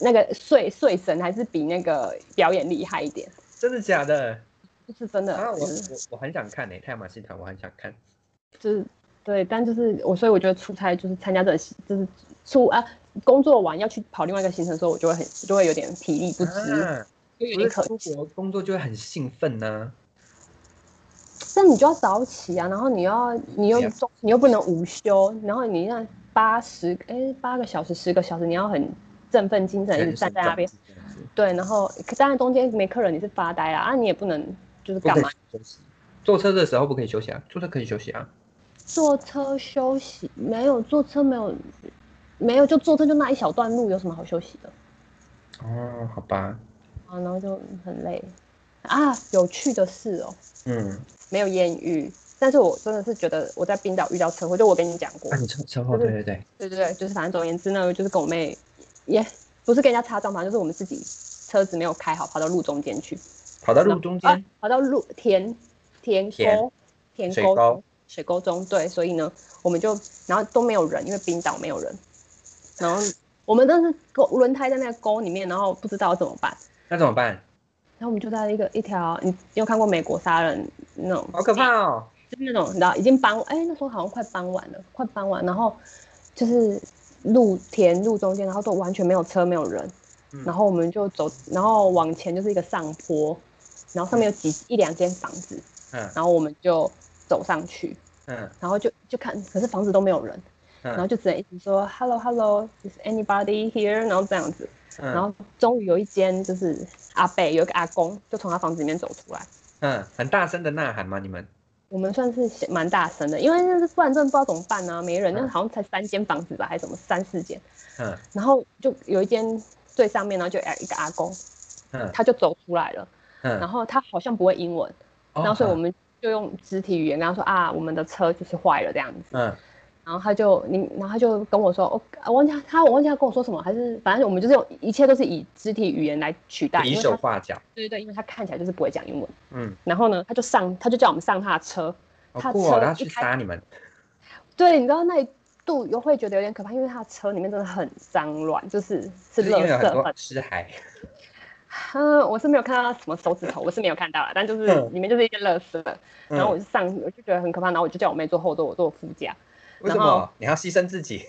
那个睡睡神还是比那个表演厉害一点，真的假的？就是真的，啊，我就是我我很想看诶、欸太阳马戏团我很想看。就是对，但就是我，所以我觉得出差就是参加这个行就是出啊工作完要去跑另外一个行程的时候，我就会很就会有点体力不支，啊，就有不点是可出国工作就会很兴奋呢、但你就要早起啊，然后你要你又 Yeah. 中你又不能午休，然后你那八十哎八个小时十个小时，你要很振奋精神，一直站在那边。对，然后当然中间没客人你是发呆啊，啊你也不能就是不干可以嘛休息。坐车的时候不可以休息啊，坐车可以休息啊。坐车休息，没有坐车没有没有就坐车就那一小段路有什么好休息的哦，好吧，啊？然后就很累啊。有趣的事哦，嗯，没有艳遇，但是我真的是觉得我在冰岛遇到车祸，就我跟你讲过啊，，你车车祸，就对对是对，对对对，就是反正总而言之呢，就是跟我妹也不是跟人家擦撞，反正就是我们自己车子没有开好，跑到路中间去，跑到路中啊间，，跑到路田田沟田田水沟沟中水沟中，对，所以呢，我们就然后都没有人，因为冰岛没有人，然后我们都是沟轮胎在那个沟里面，然后不知道怎么办，那怎么办？然后我们就在一个一条，你你有看过美国杀人那种好可怕哦！就是那种你知道已经傍哎、那时候好像快傍晚了，快傍晚，然后就是路田路中间，然后都完全没有车没有人，嗯然后我们就走，然后往前就是一个上坡，然后上面有几一两间房子，嗯然后我们就走上去，嗯然后就就看，可是房子都没有人，然后嗯就只能一直说 hello hello，is anybody here，然后这样子，嗯，然后终于有一间就是阿贝有一个阿公就从他房子里面走出来。嗯，很大声的呐喊吗？你们？我们算是蛮大声的，因为那是不然真的不知道怎么办呢、啊，没人，嗯那好像才三间房子吧，还是什么三四间，嗯然后就有一间最上面，然后就有一个阿公，嗯他就走出来了，然嗯，哦后他好像不会英文，然然后所以我们就用肢体语言跟他说啊，我们的车就是坏了这样子，嗯然后他就你，然后他就跟我说，哦、我忘记他他我忘记他跟我说什么，还是反正我们就是用一切都是以肢体语言来取代，比因为手他画脚，对对对，因为他看起来就是不会讲英文，嗯，然后呢，他就上他就叫我们上他的车，好他酷哦，车然后一去开杀你们，对，你知道那一度又会觉得有点可怕，因为他的车里面真的很脏乱，就是就是是因垃为有很圾多很尸骸，嗯，我是没有看到什么手指头，我是没有看到啦，但就是嗯里面就是一些垃圾，嗯 然后我就上，我就觉得很可怕，然后我就叫我妹坐后座，我坐副驾。为什然后么你要牺牲自己？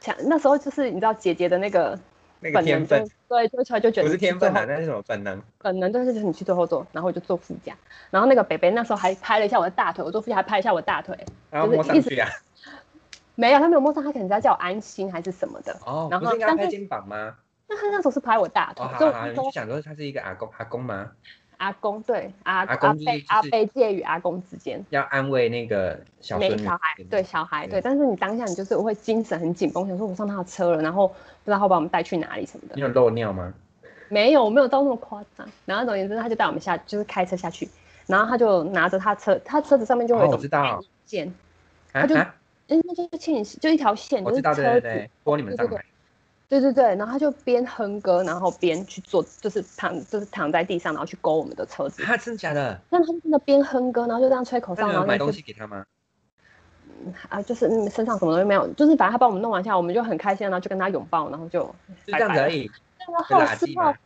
想那时候就是你知道姐姐的那个那个本天能分就，对，就出来就觉得不是你去天最分啊，后那是什么本能？本能就是你去最后座，然后我就坐副驾，然后那个北北那时候还拍了一下我的大腿，我坐副驾还拍了一下我的大腿，然后就是摸上一直去啊？没有，他没有摸上，他可能在叫我安心还是什么的。哦，然不后是应该但拍是肩膀吗？那他那时候是拍我大腿哦，，好所以好我好，就你就说想说他是一个阿公阿公吗？阿公对阿阿公阿就是贝就是阿贝介于阿公之间，要安慰那个小没孙女小孩，对小孩对对，但是你当下你就是会精神很紧绷，想说我上他的车了，然后不知道他会把我们带去哪里什么的你。有漏尿吗？没有，我没有到那么夸张。然后总而言之，他就带我们下，就是开车下去，然后他就拿着他车，他车子上面就会哦，有我一知种道，线，啊他就啊，嗯，那就是牵引线，就一条线，我就知是道，车对子，对对，播你们上对对来，对对对，然后他就边哼歌，然后边去坐，就是躺，就是躺在地上，然后去勾我们的车子。啊，真的假的？但他就真的边哼歌，然后就这样吹口那哨，你然有后买就东是西给他吗？啊，就是嗯身上什么东西没有，就是反正他帮我们弄完下，我们就很开心，然后就跟他拥抱，然后就就这样子而已，然很后垃事圾后吗？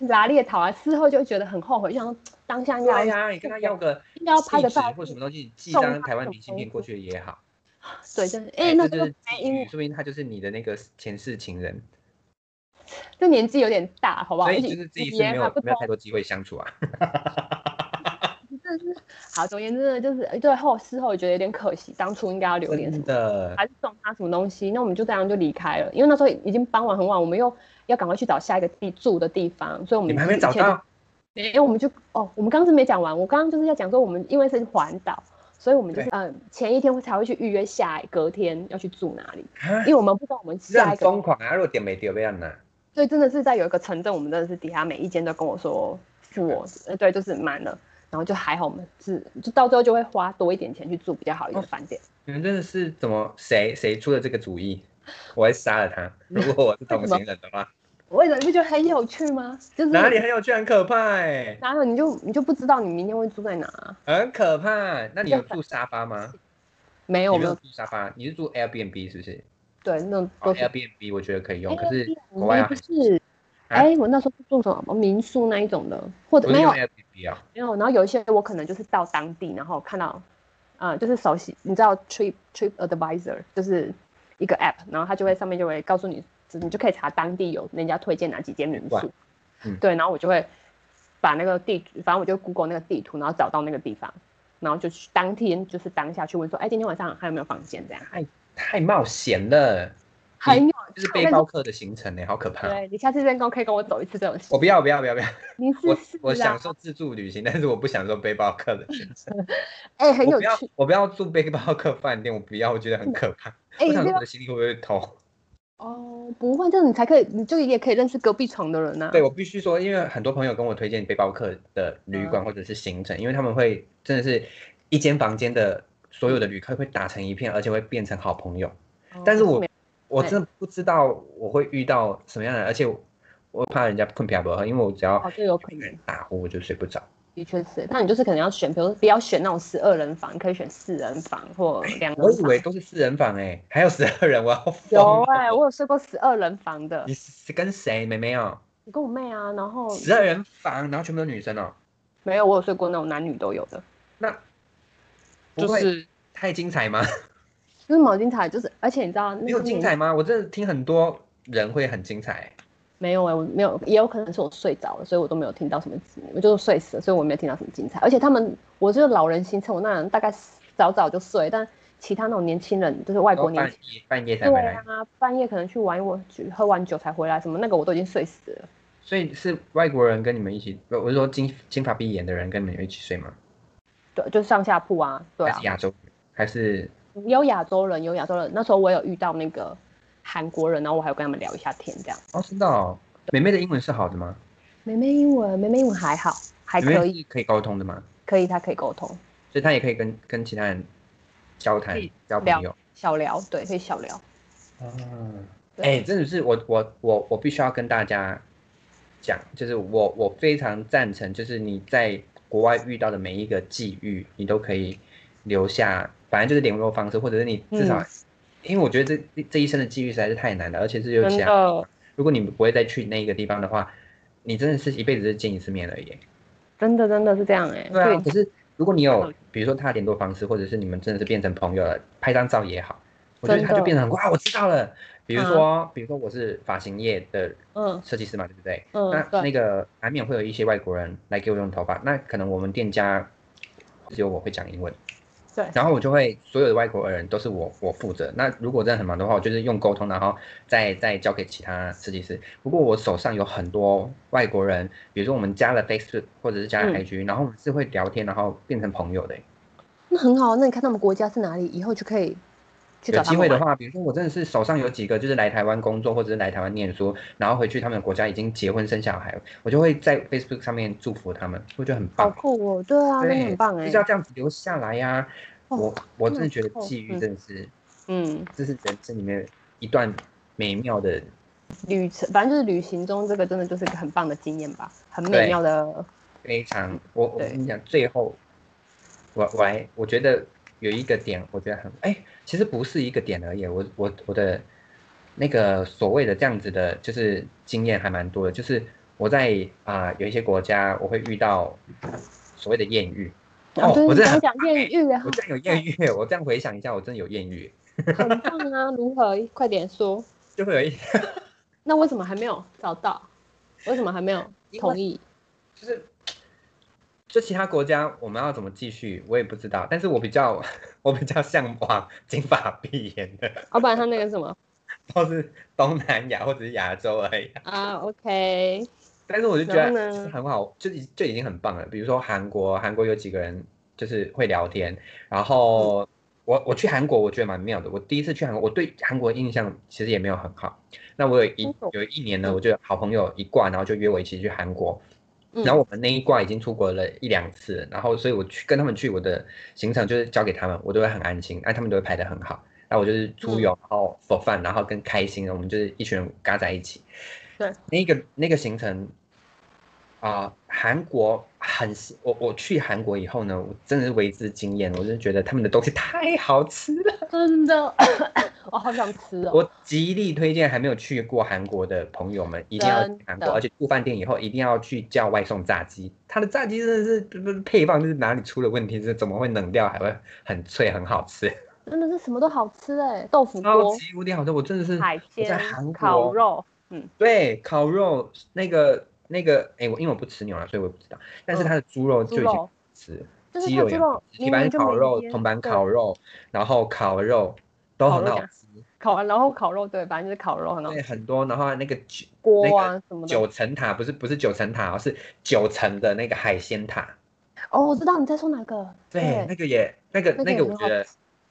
拉猎逃啊，事后就觉得很后悔，就想说当下应该对要呀，你跟他要个应该要拍地个址照片，或什么东西，寄送张他台湾什明么信片东过西去也好。对，真的，哎、那这就这个是白寄因语，说明他就是你的那个前世情人，这年纪有点大，好不好？所以而且就是自己是语言没还有不没有通太多机会相处啊。真的是好。总而言之呢，就是呃对后事后我觉得有点可惜，当初应该要留点什真么，的，还是送他什么东西。那我们就这样就离开了，因为那时候已经傍晚很晚，我们又要赶快去找下一个地住的地方，所以我你们们还没一找切就到？没有，我们就哦，我们刚刚是没讲完，我刚刚就是要讲说我们因为是环岛，所以我们就是呃前一天会才会去预约下隔天要去住哪里，啊因为我们不知道我们这下样一个疯狂啊！如果点没丢，不要拿。所以真的是在有一个城镇，我们真的是底下每一间都跟我说付我，呃，对，就是满了，然后就还好，我们是就到最后就会花多一点钱去住比较好一哦点的饭店。你们真的是怎么谁谁出了这个主意？我会杀了他。如果我是同行人的话，为什么你不觉得很有趣吗？就是哪里很有趣，很可怕哎、哪有你就你就不知道你明天会住在哪啊、很可怕。那你有住沙发吗？没有，你我没没有有住沙发，你是住 Airbnb 是不是？对那种哦都是。 ，Airbnb 我觉得可以哎用，可是 Airbnb 国外啊要不是，啊哎、我那时候是住什么民宿那一种的，或者不是没有用 Airbnb 啊、没有，然后有一些我可能就是到当地，然后看到，呃，就是熟悉，你知道 Trip Trip Advisor 就是一个 app，然后它就会上面就会告诉你，你就可以查当地有人家推荐哪几间民哇宿，嗯对，然后我就会把那个地址，反正我就 Google 那个地图，然后找到那个地方，然后就去当天就是当下去问说，哎，今天晚上还有没有房间这样？太冒险了，很有，嗯就是背包客的行程哎、好可怕。对你下次再跟可以跟我走一次这种事，我不要，不要，不要，不要！你试我试我啦享，受自助旅行，但是我不享受背包客的行程。哎、很我有不要趣，，我不要住背包客饭店，我不要，我觉得很可怕。哎、我想说这个我的行李会不会被偷？哦，不会，这样你才可以，你就也可以认识隔壁床的人啊。对我必须说，因为很多朋友跟我推荐背包客的旅嗯馆或者是行程，因为他们会真的是一间房间的所有的旅客会打成一片，而且会变成好朋友。哦但是我没我真的不知道我会遇到什么样的人，而且我我怕人家困不了，因为我只要哦，这有可一个人能，打呼我就睡不着。的确是。那你就是可能要选，比如说不要选那种十二人房，你可以选四人房或两人房。哎我以为都是四人房哎、还有十二人，我要疯有了哎、我有睡过十二人房的你，是是跟谁？妹妹哦，我跟我妹啊，然后十二人房，然后全部都女生哦，没有，我有睡过那种男女都有的，那不就会是太精彩吗？就是毛巾台，就是而且你知道没那有个精年彩吗？我真的听很多人会很精彩、没有哎、我没有，也有可能是我睡着了，所以我都没有听到什么精，我就是睡死了，所以我没有听到什么精彩。而且他们，我就是老人行程，我那人大概早早就睡，但其他那种年轻人，就是外然后国年半轻。夜哦半夜才对回来，啊，半夜可能去玩一玩，去喝完酒才回来，什么那个我都已经睡死了。所以是外国人跟你们一起，不我是说金金发碧眼的人跟你们一起睡吗？对，就上下铺啊，对还啊是，亚洲人还是有亚洲人，有亚洲人。那时候我有遇到那个韩国人，然后我还有跟他们聊一下天，这样。哦，真的哦。妹妹的英文是好的吗？妹妹英文，妹妹英文还好，还妹妹可以，是可以沟通的吗？可以，她可以沟通，所以她也可以跟跟其他人交谈可以交朋友。小聊，对，可以小聊。啊，对哎、真的是我我我我必须要跟大家讲，就是我我非常赞成，就是你在国外遇到的每一个际遇，你都可以留下，反正就是联络方式，或者是你至少，嗯因为我觉得这这一生的际遇实在是太难了，而且是有真其他，的，如果你不会再去那个地方的话，你真的是一辈子就见一次面而已耶。真的真的是这样哎、对啊，所可以是如果你有，比如说他的联络方式，或者是你们真的是变成朋友了，拍张照也好，我觉得真他就的变成哇，我知道了。比如说，比如说我是发型业的嗯设计师嘛，对不对？嗯，那对，那个难免会有一些外国人来给我用头发，那可能我们店家只有我会讲英文，对然后我就会所有的外国人都是我我负责。那如果真的很忙的话，我就是用沟通，然后再再交给其他设计师。不过我手上有很多外国人，比如说我们加了 Facebook 或者是加了嗯 IG，、然后我们是会聊天，然后变成朋友的。那很好，啊那你看他们国家是哪里，以后就可以去有找机他们会的玩。话，比如说我真的是手上有几个就是来台湾工作或者是来台湾念书，然后回去他们的国家已经结婚生小孩，我就会在 Facebook 上面祝福他们，我觉得很好棒。酷哦！对啊，真的很棒哎、就是要这样子留下来呀、哦我我真的很觉得不错际遇嗯真的是，嗯，这是人生里面一段美妙的，旅程反正就是旅行中这个真的就是一个很棒的经验吧，很对哦美妙的。非常我我对跟你讲，最后我我还我觉得有一个点，我觉得很哎、其实不是一个点而已，我我我的那个所谓的这样子的，就是经验还蛮多的，就是我在啊、有一些国家我会遇到所谓的艳遇，然后哦我就是真的啊 讲很讲艳遇啊我，这样有艳遇，我这样回想一下，我真的有艳遇，很棒啊，如何？快点说。就会有一那为什么还没有找到？为什么还没有因为同意？就是就其他国家我们要怎么继续，我也不知道。但是我比较 我比较向往 金发碧眼的，要、哦不然他那个什么都是东南亚或者是亚洲而已。啊？OK，但是我就觉然得后就呢是很好，就已就已经很棒了。比如说韩国，韩国有几个人就是会聊天，然嗯后。我我去韩国，我觉得蛮妙的。我第一次去韩国，我对韩国印象其实也没有很好。那我有一真的哦有一年呢，我就好朋友一挂，然后就约我一起去韩国。嗯然后我们那一挂已经出国了一两次了，然后所以我去跟他们去，我的行程就是交给他们，我都会很安心，哎，他们都会排得很好。那我就是出游，嗯然后 for fun，然后跟开心，我们就是一群人嘎在一起。对，那个那个行程啊、韩国很喜，我我去韩国以后呢，我真的是为之惊艳，我就觉得他们的东西太好吃了。真的， 我好想吃哦。我极力推荐还没有去过韩国的朋友们，一定要去韩真国，的而且住饭店以后一定要去叫外送炸鸡，它的炸鸡真的是不是配方就是哪里出了问题，是怎么会冷掉还会很脆很好吃，真的是什么都好吃哎、豆腐超锅、级无敌好吃，我真的是海嗯我在鲜韩、国烤肉，对烤肉那个那个哎、我因为我不吃牛肉，所以我也不知道，但是它的猪肉就已嗯猪经肉，吃，就是鸡它肉猪也肉好吃，明铁板明就烤没肉、腌铜板对烤肉，然后烤肉都烤很肉好呀吃，烤完然后烤肉对，反正就是烤肉很好吃对，很多，然后那个鸡锅那啊什么的。九层塔不是不是九层塔哦，是九层的那个海鲜塔。哦，我知道你在说哪个。对，那个也那个那个那也个，很我觉好得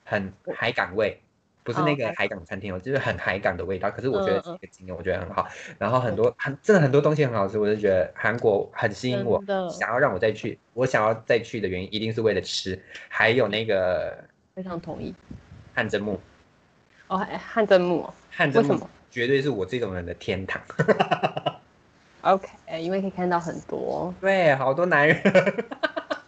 很海港味，不是哦那个海海港餐厅哦，就是很海港的味道。可是我觉得嗯是一个经验，我觉得很好。然后很多很真的很多东西很好吃，我就觉得韩国很吸引我真，的想要让我再去。我想要再去的原因一定是为了吃，还有那个非常同意。汗蒸木，哦，哎汗蒸木哦汗蒸为什木么绝对是我这种人的天堂。 ，OK，哎因为可以看到很多。对，好多男人。哦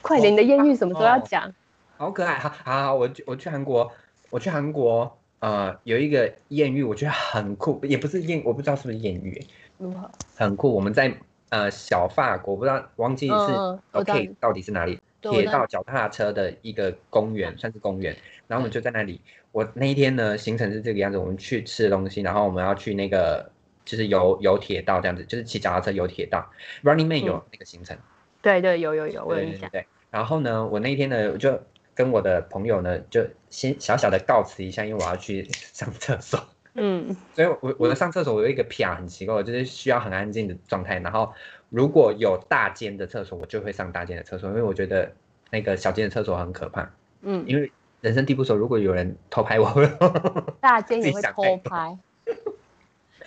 快点，你的艳遇什么时候要讲？好可爱！好，好，好我去我去韩国，我去韩国，呃，有一个艳遇，我觉得很酷，也不是艳，我不知道是不是艳遇，如何？很酷。我们在呃小法国，我不知道忘记嗯是嗯我知道 OK 到底是哪里，对我铁知道道脚踏车的一个公园，算是公园。然后我嗯们就在那里，我那一天呢行程是这个样子，我们去吃东西，然后我们要去那个就是游游铁道这样子，就是骑脚踏车游铁道。Running Man 嗯有那个行程。对对，有有有，我有对印对对象。对。然后呢，我那天呢，我就跟我的朋友呢，就先小小的告辞一下，因为我要去上厕所。 嗯，所以我我的上厕所我有一个癖啊，很奇怪，我就是需要很安静的状态。然后如果有大间的厕所，我就会上大间的厕所，因为我觉得那个小间的厕所很可怕。嗯，因为人生地不熟，如果有人偷拍我， 大间自也己会想太偷多拍，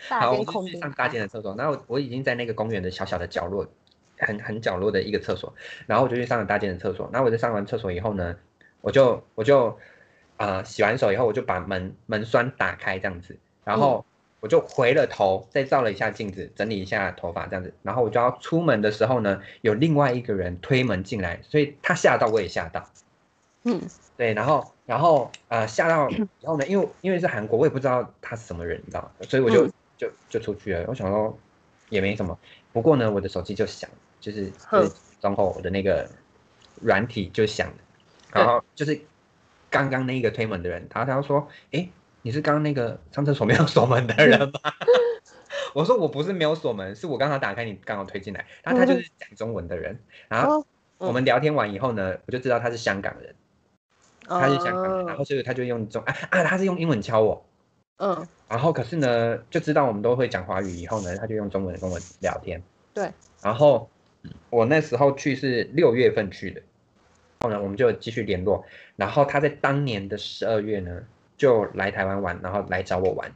好，大我间就控去制上大间的厕所。那我我已经在那个公园的小小的角落，很很角落的一个厕所，然后我就去上了大间的厕所。那我在上完厕所以后呢，我就我就啊、呃洗完手以后，我就把门门栓打开这样子，然后我就回了头，再照了一下镜子，整理一下头发这样子。然后我就要出门的时候呢，有另外一个人推门进来，所以他吓到我也吓到。嗯，对，然后然后呃吓到，然后呢，嗯因为因为是韩国，我也不知道他是什么人，你知道吗？所以我就、就就出去了。我想说，也没什么。不过呢，我的手机就响，就是就是然后我的那个软体就响了，然后就是刚刚那个推门的人，然后他就说：“哎、你是刚刚那个上厕所没有锁门的人吗？” 我说：“我不是没有锁门，是我刚好打开，你刚好推进来。”然后他就是讲中文的人，然后嗯哦嗯我们聊天完以后呢，我就知道他是香港人，他是香港人，然后哦所以他就用中啊啊，他是用英文敲我。嗯，然后可是呢，就知道我们都会讲华语以后呢，他就用中文跟我聊天。对。然后我那时候去是六月份去的，后呢我们就继续联络。然后他在当年的十二月呢，就来台湾玩，然后来找我玩，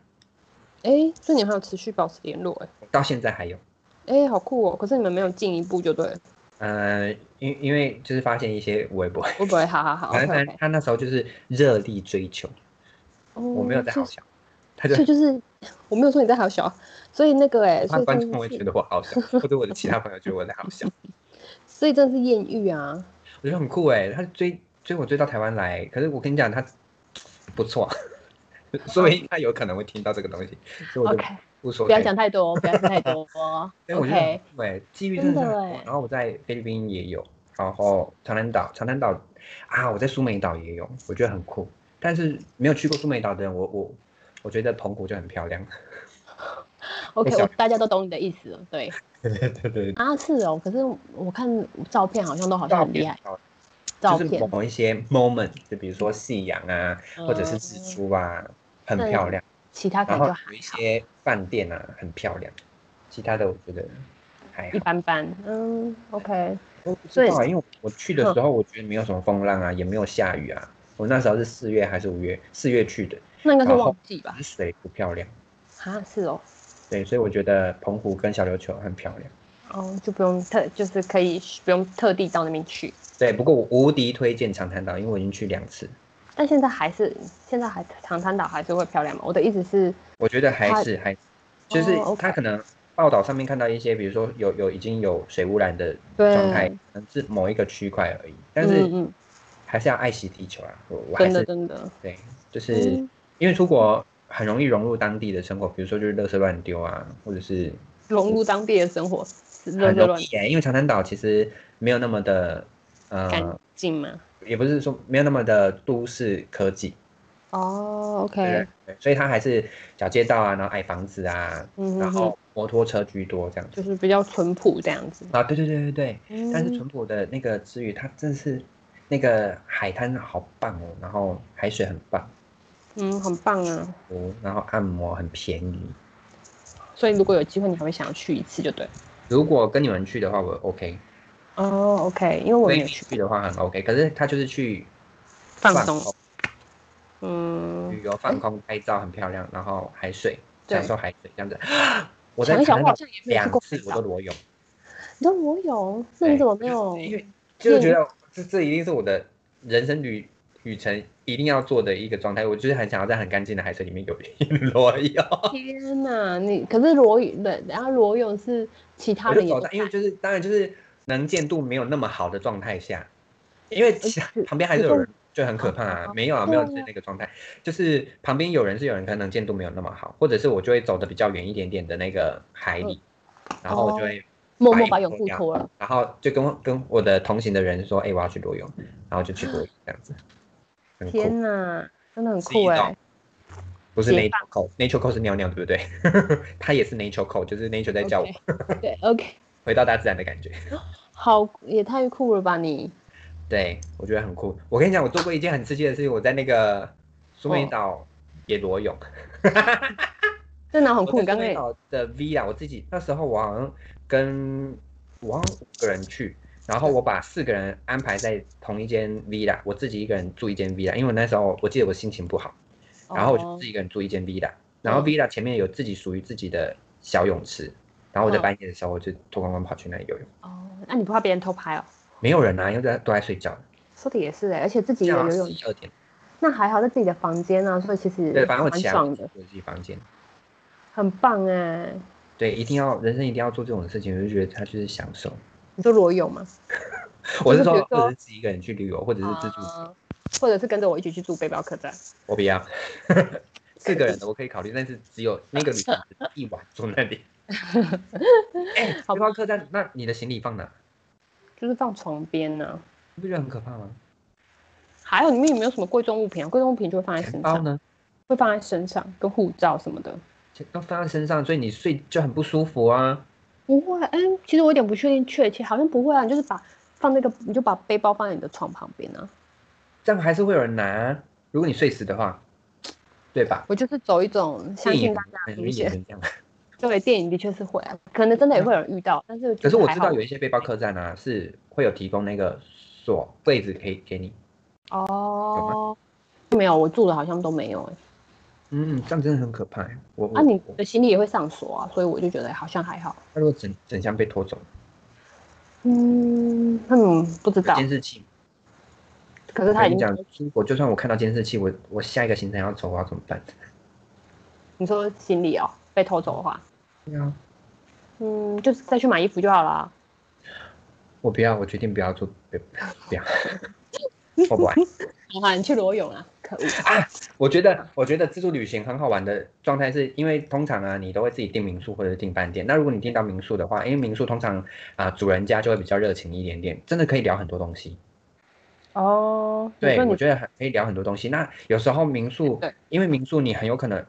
哎，所以你们还有持续保持联络哎，到现在还有。哎，好酷哦！可是你们没有进一步就对了，呃，因因为就是发现一些微博，会哦不会？哦好好好反，OK 正他 OK。他那时候就是热力追求，我我没有在好笑，他就哦所以就是我没有说你在好小，所以那个哎、他所以观真众会的觉是，得我好笑，或者我的其他朋友觉得我在好笑。所以真的是艳遇啊！我觉得很酷哎、他追追我追到台湾来，可是我跟你讲，他不 错，所以他有可能会听到这个东西，所以我就 OK，不说不要讲太多，不要讲 太多。所以我觉得很 OK，酷哎、机遇真的是很真的多欸然后我在菲律宾也有，然后长滩岛，长滩岛啊，我在苏梅岛也有，我觉得很酷。但是没有去过苏梅岛的人，我我我觉得澎湖就很漂亮。 OK，我想我大家都懂你的意思了。对对对对对，啊，是哦。可是我看照片好像都好像照很厉片害，照就片是某一些 moment，就比如说夕阳啊，或者是日嗯出啊，很那漂亮。其他可然能后就还有一好，些饭店啊很漂亮，其他的我觉得还一好。般般。嗯，OK，我不所知以嗯道啊，因为我去的时候我觉得没有什么风浪啊，也没有下雨啊。我那时候是四月还是五月？四月去的，那应该是然后旺季吧？只是水不漂亮。啊，是哦。对，所以我觉得澎湖跟小琉球很漂亮。哦，就不用特，就是可以不用特地到那边去。对，不过我无敌推荐长滩岛，因为我已经去两次，但现在还是，现在还长滩岛还是会漂亮嘛？我的意思是，我觉得还是还是就是哦，OK 它可能报道上面看到一些，比如说有有已经有水污染的对状态，可能是某一个区块而已，但嗯是。嗯，还是要爱惜地球啊！我我还真的是真的，对，就是、嗯因为出国很容易融入当地的生活，比如说就是垃圾乱丢啊，或者是融入当地的生活，是热很热容乱易耶、因为长滩岛其实没有那么的干呃，净嘛。也不是说没有那么的都市科技，哦对，OK，对，所以它还是小街道啊，然后矮房子啊，嗯然哼后哼，摩托车居多这样子就是比较淳朴这样子。啊，对对对对对。但是嗯淳朴的那个之余，它真的是那个海滩好棒哦，然后海水很棒。嗯，很棒啊。哦，然后按摩很便宜。所以如果有机会，你还会想要去一次就对了。如果跟你们去的话，我 OK。哦，OK，因为我没闺有蜜去去的话很 OK，可是他就是去放松空。嗯，旅游、放空、拍照，很漂亮，然后海水，对享受海水这样子。 我在想一想，台我南好像也没有去两过次海我都岛。裸泳，你说我有，那你对怎么没有？因为就是觉得这这一定是我的人生旅旅程一定要做的一个状态。我就是很想要在很干净的海水里面有裸泳。 天哪，你可是裸泳，对然后裸泳是其他我就人也走都到，因为就是当然就是能见度没有那么好的状态下，因为其是 旁边还是有人，就很可怕哦啊哦。没有啊，没对有啊是那个状态，就是旁边有人是有人，可能能见度没有那么好，或者是我就会走的比较远一点点的那个海里，然后我就会，默默把泳裤脱了。然后就跟我跟我的同行的人说，哎，我要去裸泳，然后就去裸泳这样子，很嗯酷。天哪，真的很是一酷哎、种不是解 nature call，nature call 是尿尿，对不对？ 它也是 nature call，就是 nature 在叫我 OK，对，OK， 回到大自然的感觉。好，也太酷了吧你！对，我觉得很酷。我跟你讲，我做过一件很刺激的事情，我在那个苏梅岛也裸泳。真哦的很酷，我你在 苏刚刚梅也岛的 V 啊，我自己那时候我好像跟我好像五个人去，然后我把四个人安排在同一间 V 啦，我自己一个人住一间 V 啦，因为我那时候我记得我心情不好，然后我就哦嗯自己一个人住一间 V 啦，然后 V 啦前面有自己属于自己的小泳池，然后我在嗯半夜的时候我就脱光光跑去那里游泳，哦，那、你不怕别人偷拍哦？没有人啊，因为大家都在睡觉，说的也是哎、而且自己一个到人游泳，十二点。那还好在自己的房间啊，所以其实对，反正我蛮起来爽的，我自己房间。很棒哎、对，一定要人生一定要做这种事情，我就觉得他就是享受。你说裸泳吗？我是比如说，说或者是自己一个人去旅游，或者是自助，啊或者是跟着我一起去住背包客栈？我 不要。四个人的我可以考虑，但是只有那个旅程只一晚住那里，哎、 欸，好不好？客栈，那你的行李放哪？就是放床边呢、你不觉得很可怕吗？还有里面有没有什么贵重物品啊？贵重物品就会放在身钱包上，呢？会放在身上，跟护照什么的。钱包放在身上，所以你睡就很不舒服啊。不会，哎、其实我有点不确定确切，好像不会啊。你就是把放那个，你就把背包放在你的床旁边啊。这样还是会有人拿啊、如果你睡死的话，对吧？我就是走一种相电信影大家很容明易演显，成这样。对电影的确是会啊，可能真的也会有人遇到，但是可是我知还道好有一些背包客栈啊，是会有提供那个锁柜子可以给你。哦，没有，我住的好像都没有哎、嗯，这样真的很可怕欸。我我啊，你我的行李也会上锁啊，所以我就觉得好像还好。那如果整整箱被拖走，嗯嗯，不知有道，监视器。可是我他跟已你经讲，出国就算我看到监视器，我我下一个行程要走，我要怎么办？你说行李哦被偷走的话，对啊，嗯，就是再去买衣服就好啊啦。我不要，我决定不要做，不不 要，我不玩。好啦，你去裸泳啊，可恶！我觉得，我觉得自助旅行很好玩的状态是，因为通常啊，你都会自己订民宿或者是订饭店。那如果你订到民宿的话，因为民宿通常啊、主人家就会比较热情一点点，真的可以聊很多东西。哦，你对，说我你觉得很可以聊很多东西。那有时候民宿对，因为民宿你很有可能，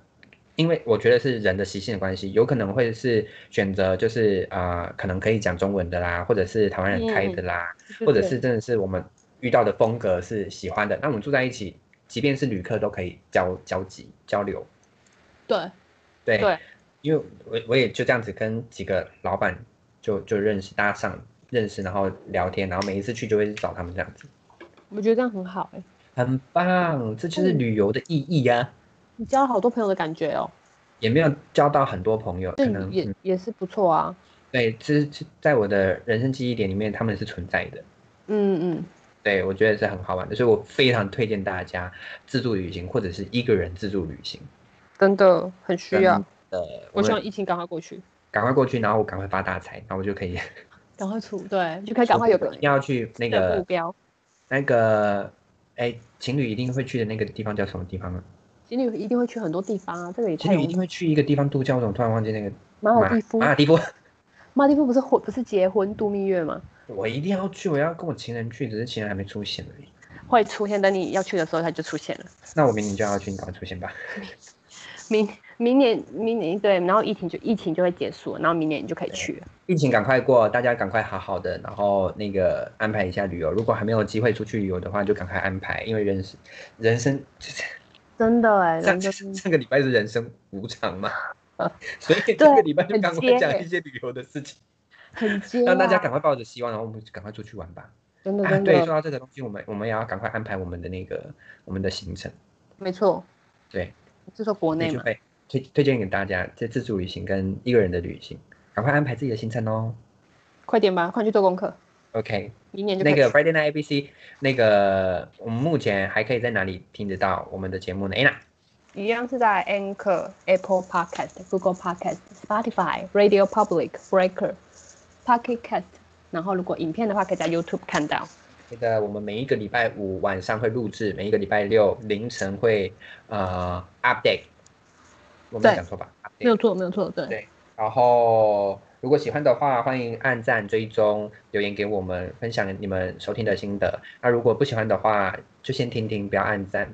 因为我觉得是人的习性的关系，有可能会是选择就是啊、可能可以讲中文的啦，或者是台湾人开的啦，就是或者是真的是我们遇到的风格是喜欢的，那我们住在一起，即便是旅客都可以交交集交流。对对，对因为我我也就这样子跟几个老板就就认识搭上认识，然后聊天，然后每一次去就会去找他们这样子，我觉得这样很好哎、很棒，这嗯就是旅游的意义呀、你交了好多朋友的感觉哦，也没有交到很多朋友，可这能也、嗯也是不错啊。对，这是在我的人生记忆点里面，他们是存在的。嗯嗯，对，我觉得是很好玩的，所以我非常推荐大家自助旅行或者是一个人自助旅行。真的很需要。呃，我我希们望疫情赶快过去，赶快过去，然后我赶快发大财，然后我就可以赶快出，对，就可以赶快有个 一定要去那一个目个标。那个，哎，情侣一定会去的那个地方叫什么地方呢？情侣一定会去很多地方啊，这个也情太侣容一易定。会啊去一个地方度假，我怎么突然忘记那个马尔蒂夫，马尔蒂夫， 马尔蒂夫不是婚不是结婚度蜜月吗？我一定要去，我要跟我情人去，只是情人还没出现而已。会出现，等你要去的时候它就出现了。那我明年就要去，你赶快出现吧。明明年明年对，然后疫情就疫情就会结束了，然后明年你就可以去了。疫情赶快过，大家赶快好好的，然后那个安排一下旅游。如果还没有机会出去旅游的话，就赶快安排，因为人生人生真的哎、 人就上是上个礼拜是人生无常 嘛呃，所以这对个礼拜就很赶快接讲欸一些旅游的事情，很接、啊，让大家赶快抱着希望，然后我们赶快出去玩吧。真的啊，真对，说的、到这个东西，我们我们也要赶快安排我们的那个我们的行程，没错，对，就说国内就嘛，会推推荐给大家，这自助旅行跟一个人的旅行，赶快安排自己的行程哦。快点吧，快去做功课， OK，明年就可以那个去 Friday Night ABC，那个我们目前还可以在哪里听得到我们的节目呢？哎娜，一样是在 Anchor、Apple Podcast、Google Podcast、Spotify、Radio Public、Breaker、Pocket Cast，然后如果影片的话，可以在 YouTube 看到。那个我们每一个礼拜五晚上会录制，每一个礼拜六凌晨会呃 update，我没有对讲错吧没？update。有错，没有错，对，对然后如果喜欢的话，欢迎按赞、追踪、留言给我们，分享你们收听的心得。那如果不喜欢的话，就先听听，不要按赞，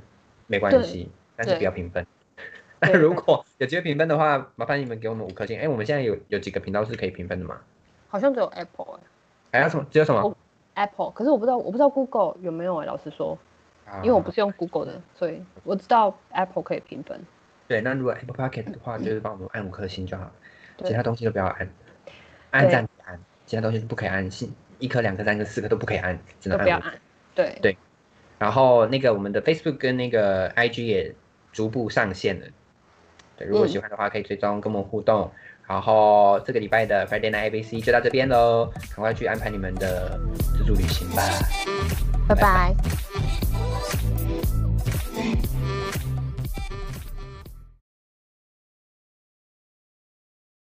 没关系，但是对不要评分。 对那如果有机会评分的话，麻烦你们给我们五颗星。哎，我们现在有有几个频道是可以评分的吗？好像只有 Apple、还有什么？只有什么哦？Apple，可是我不知道，我不知道 Google 有没有哎、老实说，因为我不啊是用 Google 的，所以我知道 Apple 可以评分。对。那如果 Apple p o c k e t 的话，就是帮我们按五颗星就好了，对其他东西都不要按，按赞不按，其他东西都不可以按，信一颗、两颗、三颗、四颗都不可以按，只都能不要五颗按。对对然后那个我们的 Facebook 跟那个 IG 也逐步上线了。对，如果喜欢的话可以追踪跟我们互动。然后这个礼拜的 Friday Night ABC 就到这边喽，赶快去安排你们的自助旅行吧。拜拜。